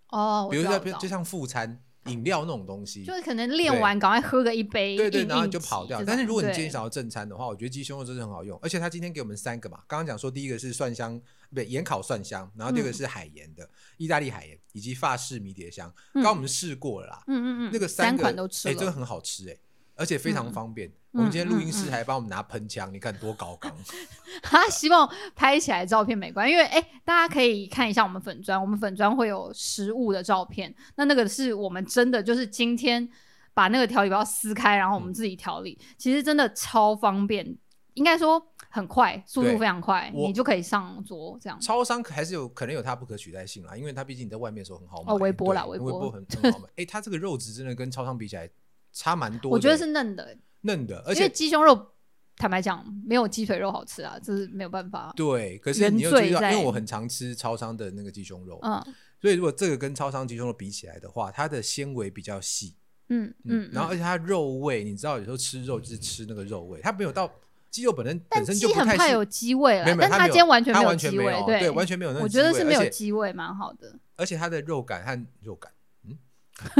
B: 哦，我
A: 比如
B: 知
A: 说
B: 道我知道
A: 就像副餐、饮料那种东西
B: 就，是可能练完赶快喝个一杯，
A: 对对，
B: 应
A: 然后
B: 应
A: 就跑
B: 急
A: 掉
B: 这。
A: 但是
B: 种
A: 如果你
B: 对
A: 今天想要正餐的话，我觉得鸡胸肉真的很好用，而且它今天给我们三个嘛，刚刚讲说第一个是蒜香，不对，盐烤蒜香，然后第二个
B: 嗯
A: 是海盐的、意大利海盐以及法式迷迭香，
B: 嗯
A: 刚刚我们试过了啦。
B: 嗯嗯嗯，
A: 那个
B: 三
A: 个
B: 款都吃
A: 哎、
B: 了，
A: 真的很好吃哎、而且非常
B: 嗯
A: 方便。
B: 嗯
A: 我们今天录音
B: 嗯
A: 师
B: 嗯
A: 还帮我们拿喷枪，你看多高 纲。
B: 他希望拍起来照片美观，因为哎、大家可以看一下我们粉砖，我们粉砖会有食物的照片，那那个是我们真的就是今天把那个调理包撕开，然后我们自己调理，
A: 嗯
B: 其实真的超方便，应该说很快，速度
A: 对
B: 非常快，
A: 我
B: 你就可以上桌这样。
A: 超商还是有可能有它不可取代性啦，因为它毕竟你在外面的时候很好买。
B: 哦微波啦
A: 对微
B: 微波
A: 很很好买。哎、它这个肉质真的跟超商比起来差蛮多的。
B: 我觉得是嫩的，
A: 嫩的，而
B: 因为
A: 且
B: 鸡胸肉坦白讲没有鸡腿肉好吃啊，这是没有办法。
A: 对，可是
B: 原
A: 你又注
B: 罪
A: 意到，
B: 在
A: 因为我很常吃超商的那个鸡胸肉，
B: 嗯
A: 所以如果这个跟超商鸡胸肉比起来的话，它的纤维比较细，
B: 嗯
A: 嗯，
B: 嗯，
A: 然后
B: 嗯
A: 而且它肉味，你知道有时候吃肉就是吃那个肉味，它没有到鸡肉本身
B: 但
A: 本身就
B: 鸡
A: 不
B: 很
A: 太
B: 怕
A: 是
B: 有鸡味
A: 没
B: 了
A: 有，没有
B: 但
A: 它
B: 它
A: 没
B: 今
A: 有
B: 天完全
A: 它
B: 没有
A: 完全
B: 鸡
A: 没
B: 味
A: 有，
B: 对，
A: 对，完全没有那
B: 我
A: 种
B: 觉得是没有
A: 而且
B: 鸡味，蛮好的。
A: 而且它的肉感和肉感，嗯，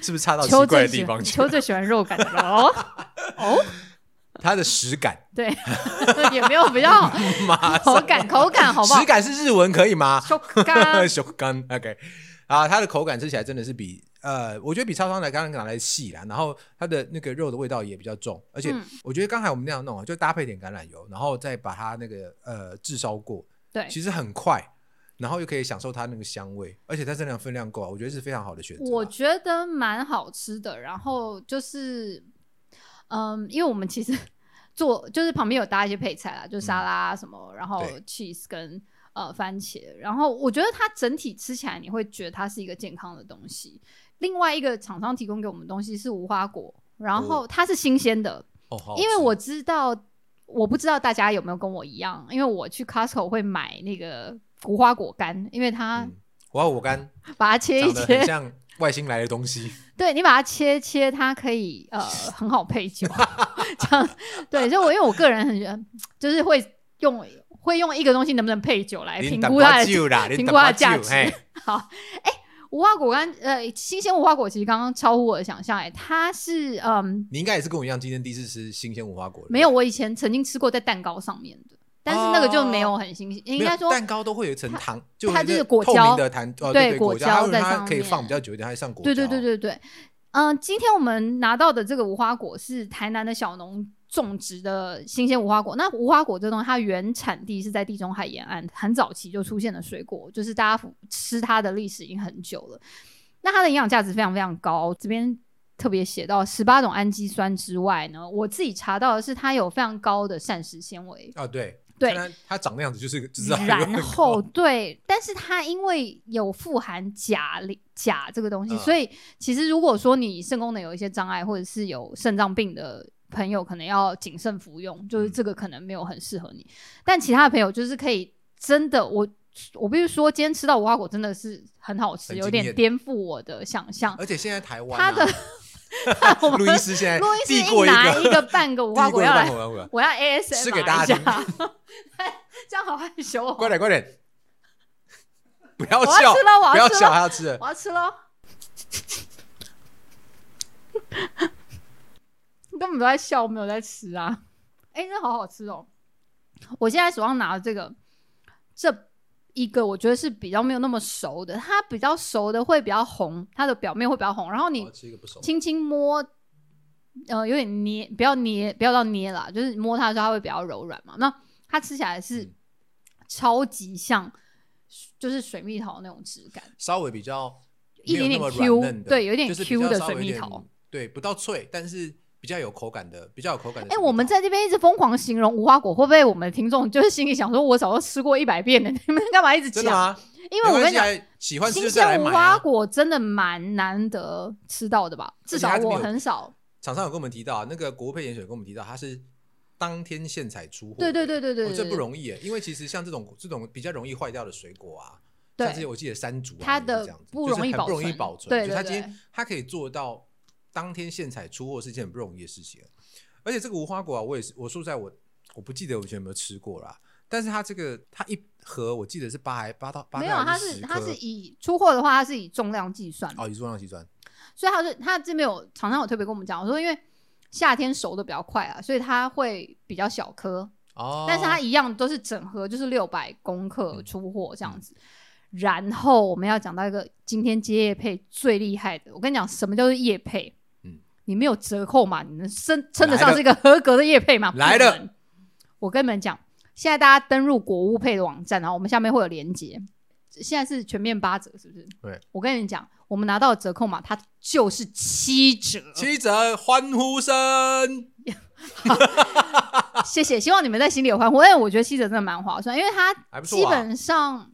A: 是不是差到奇
B: 秋
A: 怪
B: 最
A: 的
B: 喜
A: 地
B: 欢
A: 方去
B: 秋？最喜欢肉感的了哦哦，
A: 它的食感，
B: 对， 也没有比较好，
A: 妈，
B: 口 感口感好不好
A: 食？感是日文可以吗？
B: 手 感
A: 手干，OK，啊，它的口感吃起来真的是比呃，我觉得比超商来刚刚拿来细啦，然后它的那个肉的味道也比较重，而且
B: 嗯
A: 我觉得刚才我们那样弄啊，就搭配点橄榄油，然后再把它那个呃炙烧过，
B: 对，
A: 其实很快。然后又可以享受它那个香味，而且它这量分量够啊，我觉得是非常好的选择啊。
B: 我觉得蛮好吃的。然后就是，嗯，因为我们其实 做就是旁边有搭一些配菜啦，就沙拉啊什么，然后
A: 嗯对
B: cheese 跟呃番茄。然后我觉得它整体吃起来你会觉得它是一个健康的东西。另外一个厂商提供给我们的东西是无花果，然后它是新鲜的，
A: 哦，好好
B: 因为
A: 吃
B: 我知道，我不知道大家有没有跟我一样，因为我去 Costco 会买那个无花果干，因为它
A: 嗯我要我干
B: 把它切一
A: 长得很
B: 切，
A: 像外星来的东西，
B: 对你把它切切，它可以 呃很 好配酒，这样对，所以我因为我个人很喜欢，就是会用会用一个东西能不能配酒 来
A: 你
B: 评
A: 淡
B: 估它
A: 薄
B: 的
A: 酒啦，你
B: 评
A: 淡
B: 估它
A: 薄
B: 的价
A: 酒
B: 值
A: 嘿，
B: 好，哎、无花果干，呃，新鲜无花果其实刚刚超乎我的想象，哎，它是嗯，
A: 你应该也是跟我一样，今天第一次吃新鲜无花果。对不对
B: 没有，我以前曾经吃过在蛋糕上面的，但是那个就没有很新鲜，应
A: 哦没有
B: 该说
A: 蛋糕都会有一层糖，就
B: 它
A: 那
B: 就是
A: 个
B: 果
A: 透
B: 胶
A: 明的糖，呃，
B: 对
A: 对，
B: 果
A: 胶，
B: 胶
A: 它会
B: 在
A: 让它
B: 上
A: 可以放比
B: 面
A: 较久一点，它会上果
B: 对对
A: 胶
B: 对对对，嗯、今天我们拿到的这个无花果是台南的小农种植的新鲜无花果。那无花果这东西，它原产地是在地中海沿岸，很早期就出现的水果，就是大家吃它的历史已经很久了。那它的营养价值非常非常高，这边特别写到十八种氨基酸之外呢，我自己查到的是它有非常高的膳食纤维，
A: 啊，对
B: 对
A: 看它它长那样子就是知道有很
B: 然
A: 高
B: 后对，但是它因为有富含钾里钾这个东西，
A: 嗯
B: 所以其实如果说你肾功能有一些障碍，或者是有肾脏病的朋友，可能要谨慎服用，就是
A: 嗯
B: 这个可能没有很适合你。但其他的朋友就是可以真的我。我必须说，今天吃到无花果真的是很好吃，
A: 很
B: 有
A: 惊
B: 点
A: 艳
B: 颠覆我的想象。
A: 而且现在台湾
B: 它
A: 啊
B: 的 我们
A: 录音师现在
B: 录音师
A: 哎递过
B: 一拿
A: 个
B: 一个半个无
A: 递
B: 花
A: 过
B: 果
A: 一
B: 要
A: 半
B: 来
A: 无，花果，
B: 我要 ASM
A: 吃给大家听
B: 这样好害羞哦。
A: 快点快点，不要
B: 我
A: 笑
B: 要吃，了，我
A: 不
B: 要
A: 要
B: 吃
A: 笑，
B: 了，
A: 还要吃了，
B: 我要吃了。你 根本都在笑，我没有在吃啊！哎、那好好吃哦！我现在手上拿的这个，这一个我觉得是比较没有那么熟的，它比较熟的会比较红，它的表面会比较红，然后
A: 我
B: 你
A: 要吃一个不熟，
B: 轻轻摸，呃，有点捏，不要捏，不要到捏啦，就是摸它的时候它会比较柔软嘛。那它吃起来是
A: 嗯
B: 超级像，就是水蜜桃那种质感，
A: 稍微比较
B: 一
A: 没有那
B: 点点
A: 么
B: Q，
A: 软嫩的，
B: 对有一点
A: 就是比
B: Q
A: 较
B: 的
A: 稍
B: 水
A: 微
B: 蜜
A: 有点
B: 桃，
A: 对，不到脆，但是比较有口感的，比较有口感的
B: 哎、
A: 水蜜桃。
B: 我们在这边一直疯狂形容无花果，会不会我们的听众就是心里想说，我早就吃过一百遍了，你们干嘛一直
A: 真
B: 讲
A: 的？吗？
B: 因为我跟你讲，
A: 没关系啊，喜欢吃
B: 新
A: 就再来
B: 鲜无
A: 买
B: 花
A: 啊。
B: 果真的蛮难得吃到的吧？至少
A: 而且它这
B: 我
A: 边有
B: 很少。
A: 厂商有跟我们提到啊，那个国配严选有跟我们提到，它是当天现采出货。
B: 对对对对对
A: 哦，这不
B: 对
A: 容易耶，因为其实像这种这种比较容易坏掉的水果啊，
B: 对
A: 像这些我记得山竹啊，
B: 它
A: 也是
B: 的
A: 这样子
B: 不
A: 就是
B: 容易
A: 很
B: 保
A: 不容易
B: 存
A: 保存，
B: 对
A: 就是
B: 对
A: 它今
B: 对
A: 天它可以做到当天现采出货是一件很不容易的事情。而且这个无花果啊，我也是，我说实在我我不记得我以前有没有吃过啦，但是它这个它一盒我记得是八还八到八
B: 没
A: 到
B: 有，啊它
A: 还
B: 是
A: 10
B: 它是
A: 颗
B: 以出货的话，它是以重量计算，
A: 哦，乙醇氧基酸，
B: 所以它是它这边有厂商有特别跟我们讲，我说因为夏天熟的比较快啊，所以它会比较小颗，
A: 哦，
B: 但是它一样都是整盒，就是六百公克
A: 嗯
B: 出货这样子。然后我们要讲到一个今天接业配最厉害的，我跟你讲，什么叫做业配？
A: 嗯
B: 你没有折扣嘛，你能称称得
A: 来
B: 上
A: 了
B: 是一个合格的业配嘛？
A: 来了
B: 不能，我跟你们讲，现在大家登入国物配的网站，然后啊我们下面会有连接。现在是全面八折，是不是？
A: 对，
B: 我跟你讲，我们拿到的折扣码它就是七折，
A: 七折欢呼声，
B: 谢谢，希望你们在心里有欢呼。因为我觉得七折真的蛮划算，因为它
A: 还不错
B: 基
A: 啊
B: 本上，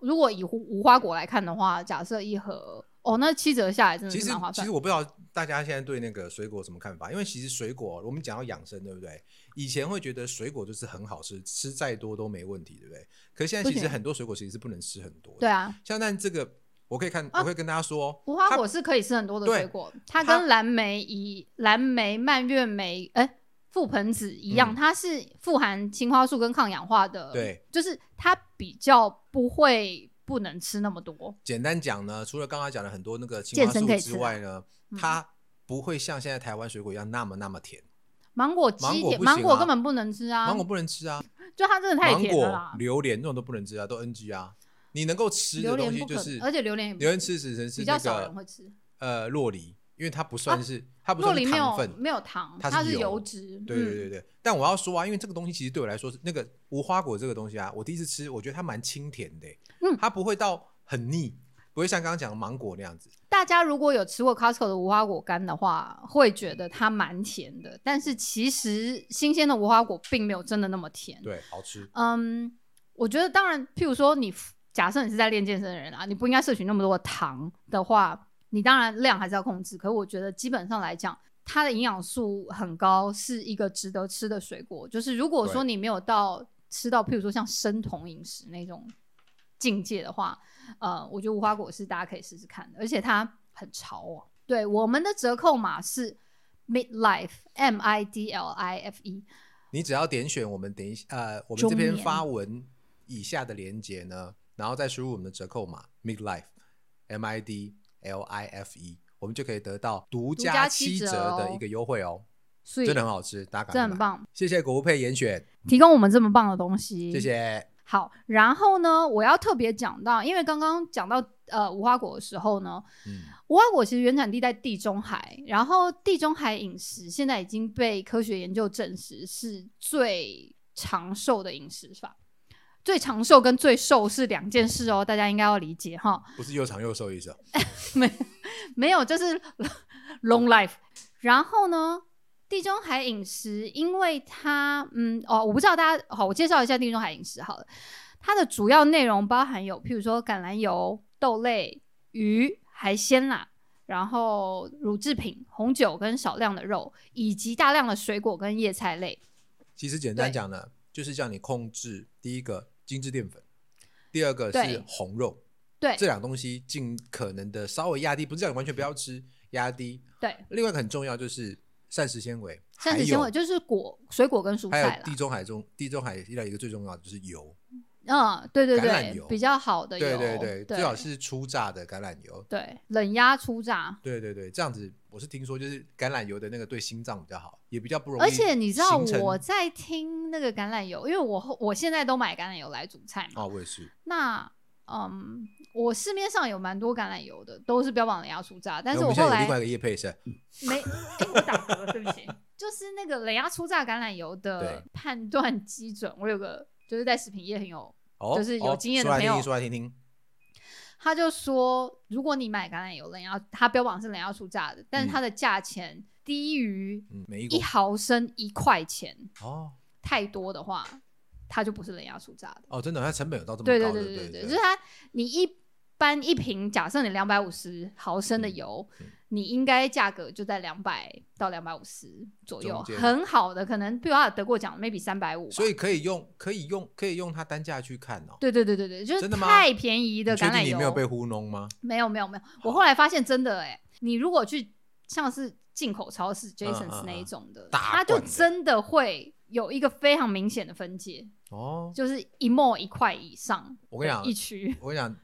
B: 如果以无无花果来看的话，假设一盒哦，那七折下来真的
A: 其
B: 是
A: 实
B: 蛮划
A: 其
B: 算
A: 实。我不知道大家现在对那个水果有什么看法，因为其实水果我们讲到养生，对不对？以前会觉得水果就是很好吃，吃再多都没问题，对不对？可是现在其
B: 不
A: 实
B: 行
A: 很多水果其实是不能吃很多的。
B: 对，啊，
A: 像但这个我可以看，
B: 啊
A: 我会跟大家说，
B: 无花
A: 它
B: 果是可以吃很多的
A: 对
B: 水果，它
A: 它
B: 跟蓝莓一蓝莓、蔓越莓、哎、覆盆子一样，
A: 嗯
B: 它是富含青花素跟抗氧化的，
A: 对，
B: 就是它比较不会不能吃那么多，
A: 简单讲呢，除了刚刚讲的很多那个青
B: 健
A: 花
B: 身可
A: 素
B: 以
A: 之
B: 吃啊
A: 外呢，
B: 嗯
A: 它不会像现在台湾水果一样那么那么甜，
B: 芒果基
A: 芒果
B: 点
A: 不
B: 芒
A: 行
B: 果
A: 啊
B: 根本不能吃啊，
A: 芒果不能吃啊，
B: 就它真的太
A: 芒
B: 甜了
A: 果
B: 啦、，
A: 榴莲那种都不能吃啊，都 NG 啊。你能够吃
B: 榴
A: 的东
B: 莲
A: 西
B: 不可
A: 就
B: 能，
A: 是
B: 而且榴莲也不
A: 榴莲吃
B: 行
A: 只能是
B: 嗯比
A: 那
B: 较少人
A: 个
B: 会吃。啊
A: 呃洛梨，因为它不算是、它不
B: 洛
A: 算
B: 梨
A: 是
B: 没
A: 糖
B: 有
A: 分。
B: 没有糖，
A: 它是
B: 是
A: 油
B: 油脂。嗯
A: 对对对对，但我要说啊，因为这个东西其实对我来说是那个无花果这个东西啊，我第一次吃，我觉得它蛮清甜的欸、
B: 嗯
A: 它不会到很腻，不会像刚刚讲的芒果那样子。
B: 大家如果有吃过 Costco 的无花果干的话，会觉得它蛮甜的，但是其实新鲜的无花果并没有真的那么甜。
A: 对，好吃。
B: 嗯，我觉得当然，譬如说你假设你是在练健身的人啊，你不应该摄取那么多的糖的话，你当然量还是要控制。可我觉得基本上来讲，它的营养素很高，是一个值得吃的水果。就是如果说
A: 对
B: 你没有到吃到譬如说像生酮饮食那种境界的话，呃，我觉得无花果是大家可以试试看的，而且它很潮啊。对，我们的折扣码是 midlife m i d l i f e，
A: 你只要点选我们等一下呃我们这篇发文以下的连接呢，然后再输入我们的折扣码 midlife m i d l i f e，我们就可以得到独
B: 独家
A: 家
B: 七
A: 七
B: 折
A: 折
B: 哦
A: 的一个优惠哦，
B: 所以
A: 真的很好吃，大家
B: 这
A: 赶快
B: 很
A: 买。
B: 棒，
A: 谢谢国物配严选，
B: 提供我们这么棒的东西，
A: 谢。谢。
B: 好，然后呢，我要特别讲到，因为刚刚讲到呃无花果的时候呢，
A: 嗯，
B: 无花果其实原产地在地中海，然后地中海饮食现在已经被科学研究证实是最长寿的饮食法。最长寿跟最瘦是两件事哦，大家应该要理解哈。
A: 不是又长又瘦意思哦。
B: 没有，就是 long life。然后呢，地中海饮食，因为它，嗯，哦，我不知道大家，好，我介绍一下地中海饮食好了。它的主要内容包含有，譬如说橄榄油、豆类、鱼、海鲜啦，然后乳制品、红酒跟少量的肉，以及大量的水果跟叶菜类。
A: 其实简单
B: 对
A: 讲呢，就是叫你控制第一个精致淀粉，第二个
B: 对
A: 是红肉，
B: 对
A: 这两东西尽可能的稍微压低，不是叫你完全不要吃，压低。
B: 对，
A: 另外一个很重要就是膳食纤维，
B: 膳食纤维就是果、水果跟蔬
A: 还有
B: 菜
A: 还有
B: 啦。
A: 地中海中地中海一一个最重要的就是油，
B: 嗯，对对
A: 橄榄
B: 对
A: 油，
B: 比较好的油，
A: 对对对，最好是初榨的橄榄油。
B: 对冷压出榨。
A: 对对对，这样子我是听说，就是橄榄油的那个对心脏比较好，也比较不容易
B: 而
A: 形成。
B: 且你知道我在听那个橄榄油，因为我后我现在都买橄榄油来煮菜嘛。
A: 啊，我也是，
B: 那嗯，我市面上有蛮多橄榄油的，都是标榜的压出榨，但是
A: 哎我们现
B: 后
A: 在有
B: 来
A: 另外一个叶配是，
B: 没，哎，我打嗝了，对不起。就是那个冷压出榨橄榄油的
A: 对
B: 判断基准，我有个就是在食品业很有，
A: 哦，
B: 就是有
A: 哦
B: 经验的
A: 说来
B: 朋
A: 听听
B: 友
A: 说来听听。
B: 他就说，如果你买橄榄油冷压，它标榜是冷压出榨的，但是它的价钱低于
A: 嗯，每一
B: 一
A: 国
B: 毫升一块钱，
A: 哦，
B: 太多的话，它就不是冷压出榨的。
A: 哦，真的，它成本有到这么高
B: 对
A: 的，
B: 对
A: 对
B: 对对对，
A: 不
B: 就是它，你一般一瓶，假设你两百五十毫升的油，
A: 嗯嗯
B: 你应该价格就在两百到两百五十左右
A: 中，间
B: 很好的，可能比如它得过奖，maybe 三百五。
A: 所以可以用，可以用，可以用它单价去看哦。
B: 对对对对对，就是
A: 真的吗
B: 太便宜
A: 你
B: 的
A: 确
B: 橄
A: 定
B: 榄
A: 你
B: 油，
A: 没有被糊弄吗？
B: 没有没有没有我后来发现真的哎、你如果去像是进口超市 Jasons 那一种的，
A: 嗯大
B: 它就
A: 罐的
B: 真的会有一个非常明显的分界，
A: 哦，
B: 就是一墨一块以上，
A: 我跟你讲
B: 一区，
A: 我跟你讲，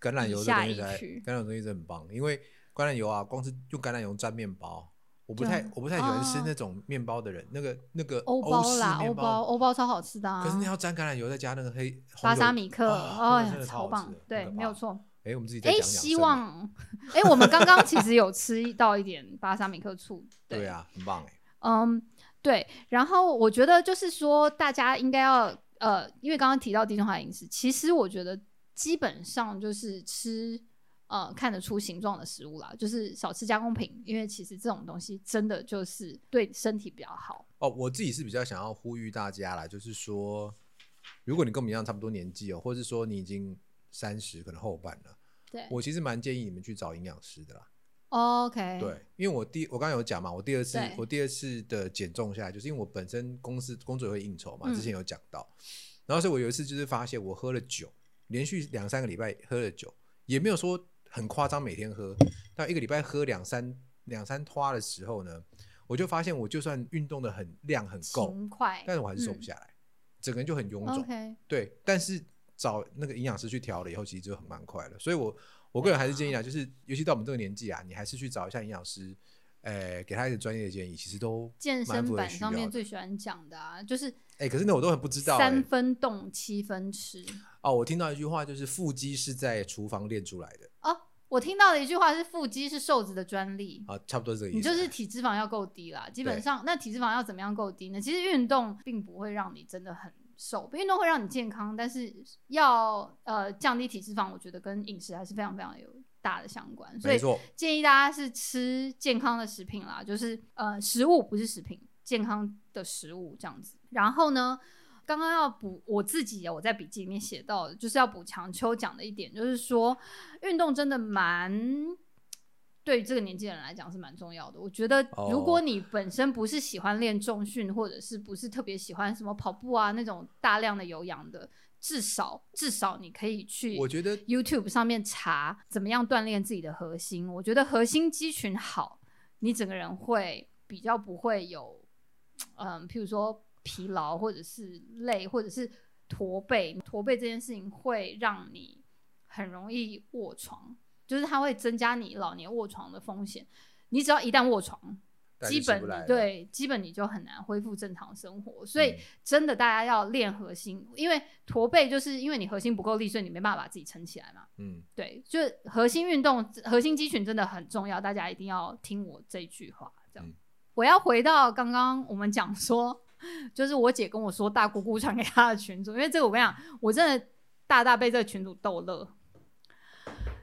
A: 橄榄油
B: 以
A: 这
B: 下
A: 东西
B: 一
A: 才，
B: 区
A: 橄榄油东西真的很棒，因为橄榄油啊，光是用橄榄油蘸面包，我不太
B: 对啊
A: 我不太喜欢吃
B: 哦
A: 那种面包的人，那个那个
B: 欧包
A: 式
B: 啦，
A: 面
B: 欧包
A: 包，
B: 欧包超好吃的啊！
A: 可是你要沾橄榄油，再加那个黑红
B: 巴
A: 油
B: 沙米克，
A: 啊
B: 哎
A: 那个
B: 呀
A: 真，的超
B: 超
A: 好
B: 棒
A: 吃的，
B: 对，
A: 很可
B: 没有
A: 怕
B: 错。
A: 哎，我们自己再
B: 哎，
A: 讲啊养
B: 希
A: 生嘛
B: 望，哎，我们刚刚其实有吃到一点巴沙米克醋，
A: 对，啊，很棒哎，
B: 嗯，对。然后我觉得就是说，大家应该要呃，因为刚刚提到地中海饮食，其实我觉得基本上就是吃呃看得出形状的食物啦，就是少吃加工品，因为其实这种东西真的就是对身体比较好。
A: 哦，我自己是比较想要呼吁大家啦，就是说，如果你跟我们一样差不多年纪哦，或者是说你已经三十可能后半了，
B: 对
A: 我其实蛮建议你们去找营养师的啦。
B: ，OK，
A: 对，因为我第我刚刚有讲嘛，我第二次
B: 对
A: 我第二次的减重下来，就是因为我本身公司工作也会应酬嘛，
B: 嗯
A: 之前有讲到，然后所以我有一次就是发现我喝了酒，连续两三个礼拜喝了酒，也没有说很夸张每天喝，到一个礼拜喝两三两三拖的时候呢，我就发现我就算运动的很量很够，
B: 勤快，
A: 但是我还是瘦不下来，整个人就很臃肿。
B: 嗯 OK，
A: 对，但是找那个营养师去调了以后，其实就很蛮快了。所以我我个人还是建议啊，就是尤其到我们这个年纪啊，你还是去找一下营养师，呃，给他一点专业的建议，其实都
B: 健
A: 蛮
B: 身
A: 符合
B: 版
A: 需
B: 上
A: 要
B: 面
A: 的。
B: 最喜欢讲的啊，就是
A: 哎、可是那我都很不知道、
B: 三
A: 欸、
B: 分动七分吃。
A: 哦。我听到一句话，就是腹肌是在厨房练出来的
B: 哦，我听到的一句话是腹肌是瘦子的专利。
A: 啊，差不多是这个意
B: 你
A: 思。
B: 就是体脂肪要够低啦，基本
A: 对
B: 上那体脂肪要怎么样够低呢？其实运动并不会让你真的很瘦，运动会让你健康，但是要呃降低体脂肪，我觉得跟饮食还是非常非常有大的相关。所以
A: 没错，
B: 建议大家是吃健康的食品啦，就是呃食物不是食品，健康的食物这样子。然后呢，刚刚要补我自己我在笔记里面写到的，就是要补强秋讲的一点，就是说运动真的蛮。对于这个年纪的人来讲是蛮重要的。我觉得，
A: 哦
B: 如果你本身不是喜欢练重训，或者是不是特别喜欢什么跑步啊那种大量的有氧的，至少至少你可以去
A: 我觉得
B: YouTube 上面查怎么样锻炼自己的核心。我觉得核心肌群好，你整个人会比较不会有，嗯，譬如说疲劳，或者是累，或者是驼背。驼背这件事情会让你很容易卧床，就是它会增加你老年卧床的风险。你只要一旦卧床，
A: 但是
B: 基
A: 起
B: 本
A: 不来了，
B: 对，基本你就很难恢复正常生活。所以
A: 嗯
B: 真的大家要练核心，因为驼背就是因为你核心不够力，所以你没办法把自己撑起来嘛。
A: 嗯，
B: 对，就是核心运动、核心肌群真的很重要，大家一定要听我这句话。这样，
A: 嗯
B: 我要回到刚刚我们讲说，就是我姐跟我说大姑姑传给她的群组，因为这个我跟你讲，我真的大大被这个群组逗乐。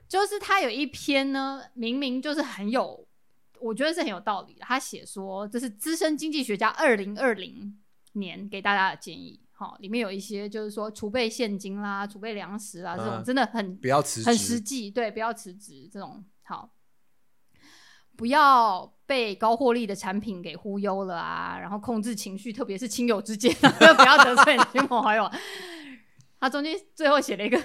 B: 就是他有一篇呢，明明就是很有，我觉得是很有道理的。他写说这是资深经济学家二零二零年给大家的建议，好、里面有一些就是说储备现金啦、储备粮食啊啦这种，
A: 嗯
B: 真的很
A: 不要辞
B: 很实
A: 职，
B: 际，对，不要辞职这种好，不要被高获利的产品给忽悠了啊，然后控制情绪，特别是亲友之间、啊， 不要得罪你亲朋好友啊。他中间最后写了一个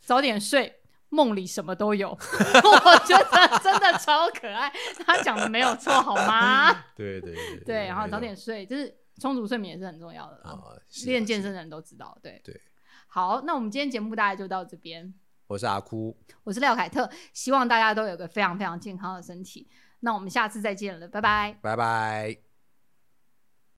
B: 早点睡。梦里什么都有， 我觉得真的超可爱。他讲的没有错，好吗？
A: 对对 对
B: 对，然后
A: 没
B: 早
A: 错
B: 点睡，就是充足睡眠也是很重要的啦。
A: 啊，是啊
B: 练健，
A: 是
B: 身的人都知道，对
A: 对。
B: 好，那我们今天节目大概就到这边。
A: 我是阿哭，
B: 我是廖凯特，希望大家都有个非常非常健康的身体。那我们下次再见了，拜拜。
A: 拜拜。